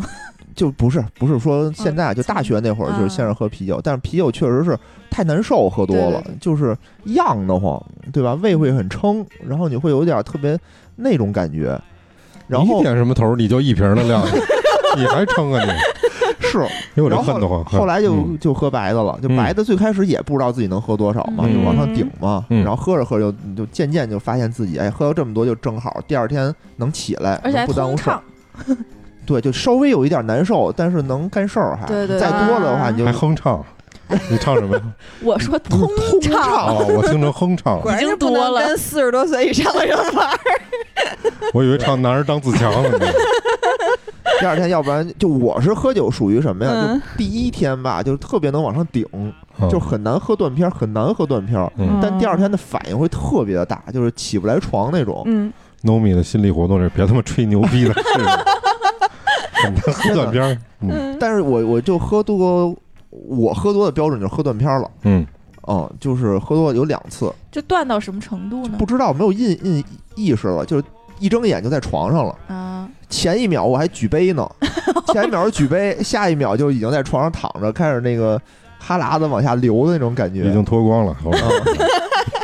Speaker 1: 就不是不是说现在、啊
Speaker 3: 嗯
Speaker 1: 就大学那会儿
Speaker 3: 嗯
Speaker 1: 就是先是喝啤酒，但是啤酒确实是太难受，喝多了
Speaker 3: 对对
Speaker 1: 就是漾得慌，对吧？胃会很撑，然后你会有点特别那种感觉。然
Speaker 2: 你
Speaker 1: 后
Speaker 2: 点什么头儿，你就一瓶儿的 量，你还撑啊你？
Speaker 1: 是，
Speaker 2: 因为我这
Speaker 1: 然
Speaker 2: 恨得
Speaker 1: 后
Speaker 2: 慌。
Speaker 1: 后来就
Speaker 2: 嗯
Speaker 1: 就喝白的了，就
Speaker 2: 嗯
Speaker 1: 白的最开始也不知道自己能喝多少嘛，
Speaker 3: 嗯
Speaker 1: 就往上顶嘛，
Speaker 2: 嗯
Speaker 1: 然后喝着喝着就就渐渐就发现自己哎，喝到这么多就正好，第二天能起来，
Speaker 3: 而且
Speaker 1: 能
Speaker 3: 还
Speaker 1: 不耽
Speaker 3: 通
Speaker 1: 误事儿
Speaker 3: 畅。，
Speaker 1: 对，就稍微有一点难受，但是能干事儿还。
Speaker 3: 对对对啊
Speaker 1: 再多了的话你就
Speaker 2: 还哼唱，你唱什 么呀？
Speaker 3: 我说通
Speaker 1: 通
Speaker 3: 畅
Speaker 1: 畅，
Speaker 2: 哦，我听成哼唱了，
Speaker 4: 果然
Speaker 3: 已经
Speaker 4: 是不
Speaker 3: 多
Speaker 4: 能
Speaker 3: 了
Speaker 4: 跟四十多岁以上的人玩儿，
Speaker 2: 我以为唱男儿当自强了呢。
Speaker 1: 第二天，要不然就我是喝酒属于什么呀？
Speaker 4: 嗯
Speaker 1: 就第一天吧，就特别能往上顶，
Speaker 2: 嗯
Speaker 1: 就很难喝断片儿，很难喝断片儿。
Speaker 2: 嗯
Speaker 1: 但第二天的反应会特别的大，就是起不来床那种。
Speaker 4: 嗯，
Speaker 2: ，Nomi 的心理活动是别他妈吹牛逼了， 是吧很难喝断边儿。嗯
Speaker 4: 嗯，
Speaker 1: 但是我我就喝多，我喝多的标准就是喝断片儿了。
Speaker 2: 嗯，
Speaker 1: 嗯，就是喝多有两次，
Speaker 3: 就断到什么程度呢
Speaker 1: 不？知道没有印印意识了，就是一睁眼就在床上了。
Speaker 3: 啊，
Speaker 1: 前一秒我还举杯呢，前一秒是举杯，下一秒就已经在床上躺着，开始那个哈喇子往下流的那种感觉。
Speaker 2: 已经脱光了。后来
Speaker 1: 啊，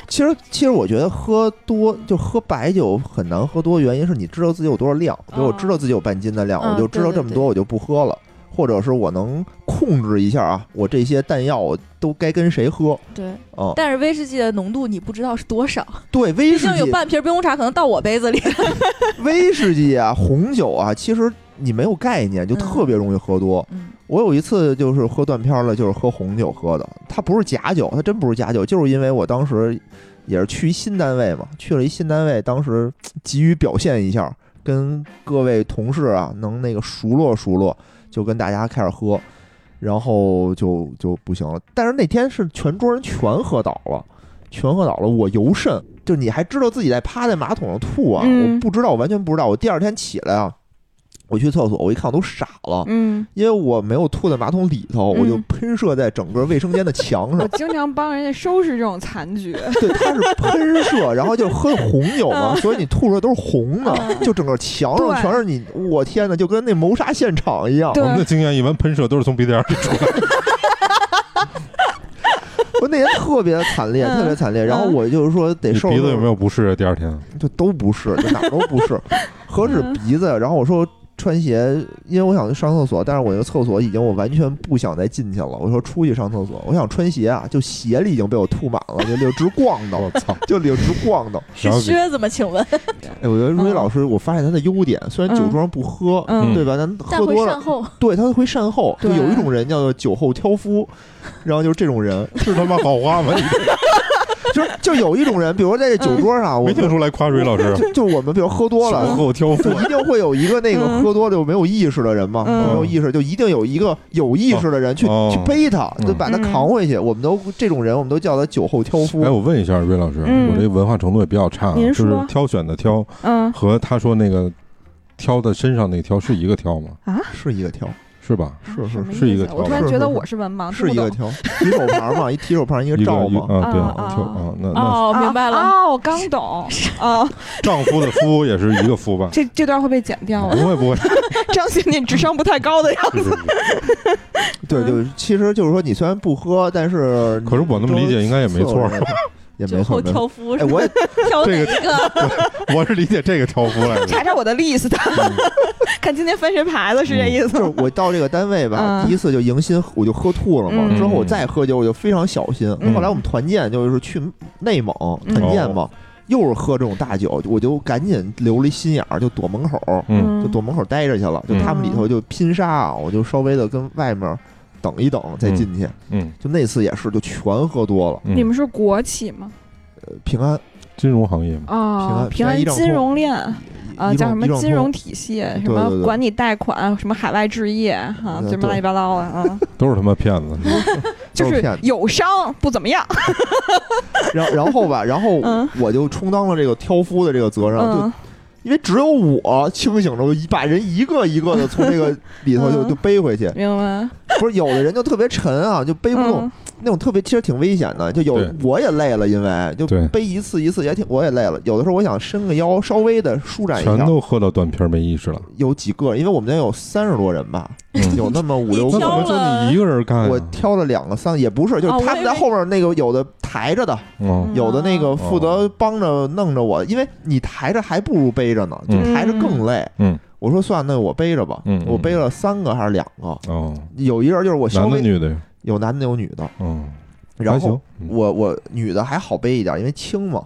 Speaker 1: 其实其实我觉得喝多就喝白酒很难喝多，原因是你知道自己有多少量，比如我知道自己有半斤的量，
Speaker 3: 嗯
Speaker 1: 我就知道这么多我就不喝了，或者是我能控制一下啊，我这些弹药我都该跟谁喝
Speaker 3: 对。
Speaker 1: 啊、
Speaker 3: 但是威士忌的浓度你不知道是多少，
Speaker 1: 对，威
Speaker 3: 毕
Speaker 1: 士
Speaker 3: 竟有
Speaker 1: 忌、
Speaker 3: 半瓶冰红茶可能到我杯子里。
Speaker 1: 威士忌啊、红酒啊，其实你没有概念，就
Speaker 3: 嗯
Speaker 1: 特别容易喝多。
Speaker 3: 嗯，
Speaker 1: 我有一次就是喝断片儿了，就是喝红酒喝的，它不是假酒，它真不是假酒，就是因为我当时也是去一新单位嘛，去了一新单位，当时嘖急于表现一下，跟各位同事啊能那个熟络熟络，就跟大家开始喝，然后就就不行了。但是那天是全桌人全喝倒了，全喝倒了，我尤甚，就你还知道自己在趴在马桶上吐啊，
Speaker 4: 嗯
Speaker 1: 我不知道，我完全不知道，我第二天起来啊。我去厕所，我一看我都傻了，
Speaker 4: 嗯，
Speaker 1: 因为我没有吐在马桶里头，我就
Speaker 4: 嗯
Speaker 1: 喷射在整个卫生间的墙
Speaker 4: 我
Speaker 1: 上。
Speaker 4: 经常帮人家收拾这种残局，
Speaker 1: 对，它是喷射，然后就是喝红酒嘛，
Speaker 4: 嗯
Speaker 1: 所以你吐出来都是红的，
Speaker 3: 嗯
Speaker 1: 就整个墙上
Speaker 4: 对
Speaker 1: 全是你，我天呐，就跟那谋杀现场一样。
Speaker 4: 对
Speaker 2: 我们的经验一般喷射都是从鼻子眼儿里出来，
Speaker 1: 我那天特别惨烈，
Speaker 4: 嗯
Speaker 1: 特别惨烈。然后我就是说得
Speaker 2: 你
Speaker 1: 受，
Speaker 2: 鼻子有没有不适啊？第二天
Speaker 1: 就都不是，就哪儿都不是，何止
Speaker 4: 嗯
Speaker 1: 鼻子？然后我说穿鞋，因为我想去上厕所，但是我那个厕所已经我完全不想再进去了。我说出去上厕所，我想穿鞋啊，就鞋里已经被我吐满了，就溜直逛的，
Speaker 2: 我操！
Speaker 1: 就溜直逛的。
Speaker 3: 是
Speaker 2: 然后给
Speaker 3: 靴子吗？请问，
Speaker 1: 哎，我觉得瑞老师，我发现他的优点，虽然酒桌上不喝，
Speaker 4: 嗯
Speaker 1: 对吧？咱
Speaker 3: 但
Speaker 1: 喝
Speaker 3: 会
Speaker 1: 多
Speaker 3: 善
Speaker 1: 了，
Speaker 3: 后。
Speaker 1: 对他会善后。就
Speaker 4: 对
Speaker 1: 有一种人叫做酒后挑夫，然 后就是这种人，
Speaker 2: 是他妈好话吗？你
Speaker 1: 就就有一种人，比如说在这酒桌上，我
Speaker 2: 没
Speaker 1: 们
Speaker 2: 听出来夸瑞老师，
Speaker 1: 就就我们比如喝多了
Speaker 2: 酒，后挑 夫
Speaker 1: 就。一定会有一个那个
Speaker 4: 嗯
Speaker 1: 喝多了就没有意识的人嘛，
Speaker 4: 嗯
Speaker 1: 没有意识就一定有一个有意识的人去、
Speaker 2: 哦
Speaker 1: 去背他，
Speaker 2: 嗯
Speaker 1: 就把他扛回去。我们都这种人，我们都叫他酒后挑夫。
Speaker 2: 哎，我问一下瑞老师，
Speaker 4: 嗯
Speaker 2: 我这文化程度也比较差啊，
Speaker 4: 您
Speaker 2: 就
Speaker 4: 说
Speaker 2: 是挑选的挑
Speaker 4: 嗯
Speaker 2: 和他说那个挑的身上那挑是一个挑吗？
Speaker 1: 是一个挑，
Speaker 2: 是吧？
Speaker 1: 是
Speaker 4: 什
Speaker 1: 是
Speaker 4: 么
Speaker 2: 是
Speaker 4: 意
Speaker 2: 一个
Speaker 4: 思我
Speaker 2: 条
Speaker 4: 突然
Speaker 1: 是
Speaker 4: 觉
Speaker 1: 是
Speaker 4: 得
Speaker 1: 是
Speaker 4: 我是文盲，
Speaker 1: 是一
Speaker 4: 听
Speaker 1: 个
Speaker 4: 不懂
Speaker 1: 挑，提手旁 嘛，一提手旁一
Speaker 2: 一
Speaker 1: 个
Speaker 2: 个
Speaker 1: 罩
Speaker 2: 一
Speaker 1: 嘛，
Speaker 2: 啊，对，
Speaker 4: 啊啊
Speaker 2: 挑
Speaker 4: 啊
Speaker 2: 啊，那
Speaker 1: 嗯
Speaker 2: 那
Speaker 3: 哦，明白了，
Speaker 4: 啊，我刚懂啊，
Speaker 2: 丈夫的夫也是一个夫
Speaker 4: ？
Speaker 2: 吧
Speaker 4: 这这段会被剪 掉
Speaker 2: 不
Speaker 4: 了，
Speaker 2: 会不会，
Speaker 4: 彰显你智商不太高的样子。
Speaker 2: 不是不是
Speaker 1: 对，就
Speaker 4: 嗯
Speaker 1: 其实就是说，你虽然不喝，但是
Speaker 2: 可是我那么理解应该也没错儿，
Speaker 1: 也没
Speaker 3: 酒
Speaker 1: 错
Speaker 3: 后
Speaker 1: 儿。没错儿
Speaker 3: 挑夫
Speaker 1: 哎，
Speaker 3: 是吧
Speaker 1: 我也
Speaker 3: 挑哪
Speaker 2: 这
Speaker 3: 一
Speaker 2: 个
Speaker 3: 个？
Speaker 2: 我是理解这个挑夫来的。
Speaker 4: 查查我的 list，看 今天翻谁牌子是这意思
Speaker 1: 就
Speaker 4: 吗
Speaker 1: 是？我到这个单位吧，
Speaker 4: 嗯
Speaker 1: 第一次就迎新，我就喝吐了嘛。
Speaker 4: 嗯
Speaker 1: 之后我再喝酒，我就非常小心。
Speaker 2: 嗯
Speaker 1: 后来我们团建就是去内蒙
Speaker 4: 嗯
Speaker 1: 团建嘛，又是喝这种大酒，我就赶紧留了一心眼儿，就躲门口，
Speaker 2: 嗯，
Speaker 1: 就躲门口待着去了。就
Speaker 2: 嗯
Speaker 1: 他们里头就拼杀啊，我就稍微的跟外面等一等再进去。
Speaker 2: 嗯
Speaker 1: 就那次也是，就全喝多了。
Speaker 2: 嗯，
Speaker 4: 你们是国企吗？
Speaker 1: 呃平安
Speaker 2: 金融行业嘛，
Speaker 4: 啊，
Speaker 1: 平安平安一兆通
Speaker 4: 金融链啊，
Speaker 1: 一
Speaker 4: 叫什么
Speaker 1: 一通
Speaker 4: 金融体系，什
Speaker 1: 对
Speaker 4: 么
Speaker 1: 对
Speaker 4: 管你贷款，什么海外置业啊，
Speaker 1: 嗯
Speaker 4: 什么乱
Speaker 1: 对
Speaker 4: 七八糟的啊，
Speaker 2: 都是他妈骗子。
Speaker 4: 就
Speaker 1: 都是
Speaker 4: 是
Speaker 1: 骗子
Speaker 4: 有伤不怎么样。
Speaker 1: 然后然后吧，然后
Speaker 4: 嗯
Speaker 1: 我就充当了这个挑夫的这个责任，就
Speaker 4: 嗯，
Speaker 1: 因为只有我清醒着，我一把人一个一个的从那个里头就
Speaker 4: 嗯
Speaker 1: 就背回去。
Speaker 4: 明白。
Speaker 1: 不是有的人就特别沉啊，就背不动，
Speaker 4: 嗯
Speaker 1: 那种特别其实挺危险的。就有
Speaker 2: 对
Speaker 1: 我也累了，因为就
Speaker 2: 对
Speaker 1: 背一次一次也挺我也累了。有的时候我想伸个腰，稍微的舒展一
Speaker 2: 全
Speaker 1: 下。
Speaker 2: 都喝到断片儿没意识了。
Speaker 1: 有几个，因为我们那有三十多人吧，
Speaker 2: 嗯
Speaker 1: 有那么五六
Speaker 2: 那
Speaker 1: 个
Speaker 2: 怎。么就你一个人干呀？啊
Speaker 1: 我挑了两个三个，也不是，就
Speaker 3: 哦
Speaker 1: 是
Speaker 3: 我
Speaker 1: 他们
Speaker 3: 以
Speaker 1: 在
Speaker 3: 为
Speaker 1: 后面那个有的抬着的，
Speaker 2: 嗯，
Speaker 1: 有的那个负责
Speaker 2: 哦
Speaker 1: 帮着弄着我，因为你抬着还不如背着呢，就
Speaker 2: 嗯
Speaker 1: 抬着更累。
Speaker 2: 嗯，
Speaker 1: 我说算，那我背着吧。
Speaker 2: 嗯嗯
Speaker 1: 我背了三个还是两个？
Speaker 2: 哦，
Speaker 1: 有一人就是我稍
Speaker 2: 男的
Speaker 1: 微
Speaker 2: 女的呀？
Speaker 1: 有男的有女的，
Speaker 2: 嗯，
Speaker 1: 然
Speaker 2: 还行
Speaker 1: 后，
Speaker 2: 嗯
Speaker 1: 我我女的还好背一点，因为轻嘛。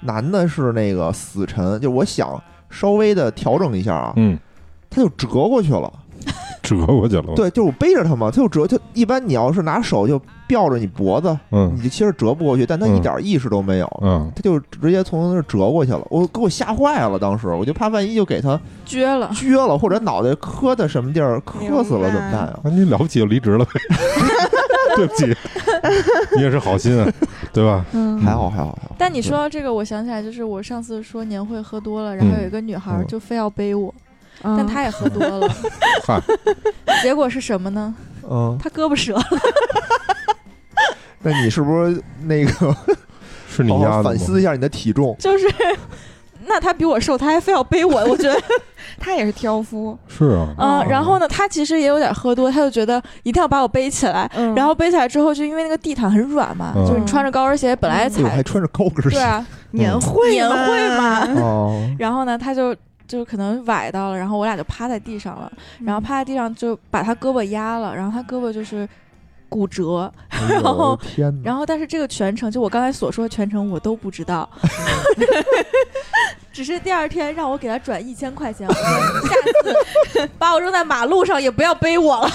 Speaker 1: 男的是那个死沉，就我想稍微的调整一下啊，
Speaker 2: 嗯，哦
Speaker 1: 他就折过去了。
Speaker 2: 折过去了。，
Speaker 1: 对，就是我背着他嘛，他就折。就一般你要是拿手就吊着你脖子，
Speaker 2: 嗯
Speaker 1: 你就其实折不过去，但他
Speaker 2: 嗯
Speaker 1: 一点意识都没有。
Speaker 2: 嗯，
Speaker 1: 他就直接从那儿折过去了，我给我吓坏了。当时我就怕万一就给他
Speaker 3: 撅了，
Speaker 1: 撅了，或者脑袋磕在什么地儿磕死了
Speaker 4: 啊明白
Speaker 1: 怎么办啊？
Speaker 2: 那你了不起就离 职了呗。对不起，你也是好心啊，对吧？
Speaker 4: 嗯，
Speaker 1: 还好还好还好。
Speaker 3: 但你说到这个，我想起来，就是我上次说年会喝多了，然后有一个女孩
Speaker 2: 嗯
Speaker 3: 就非要背我，但
Speaker 4: 但
Speaker 3: 她也喝多了，
Speaker 2: 嗨，
Speaker 3: 结果是什么呢？
Speaker 1: 对，嗯，
Speaker 3: 她胳膊折了，
Speaker 1: 那你是不是那个
Speaker 2: 是你
Speaker 1: 好
Speaker 2: 丫
Speaker 1: 好
Speaker 2: 的
Speaker 1: 反
Speaker 2: 吗？
Speaker 1: 思一下你的体重？
Speaker 3: 就是 那她比我瘦，她还非要背我，我觉得，
Speaker 4: 他也是挑夫，
Speaker 2: 是啊，
Speaker 3: 嗯，然后呢，她其实也有点喝多，她就觉得一定要把我背起来，
Speaker 4: 嗯
Speaker 3: 然后背起来之后，就因为那个地毯很软嘛，
Speaker 2: 嗯哎
Speaker 3: 就是你穿着高跟鞋本来
Speaker 1: 对，我哎还
Speaker 3: 踩，
Speaker 1: 穿着高跟
Speaker 3: 对
Speaker 1: 鞋。
Speaker 3: 啊，
Speaker 4: 年会
Speaker 3: 年 会嘛，
Speaker 1: 哦，
Speaker 3: 然后呢，她就。就可能崴到了，然后我俩就趴在地上了，然后趴在地上就把她胳膊压了，然后她胳膊就是骨折，
Speaker 1: 哎呦
Speaker 3: 然后
Speaker 1: 我的天哪！
Speaker 3: 然后，但是这个全程，就我刚才所说的全程，我都不知道。只是第二天让我给他转一千块钱，我说下次把我扔在马路上也不要背我了。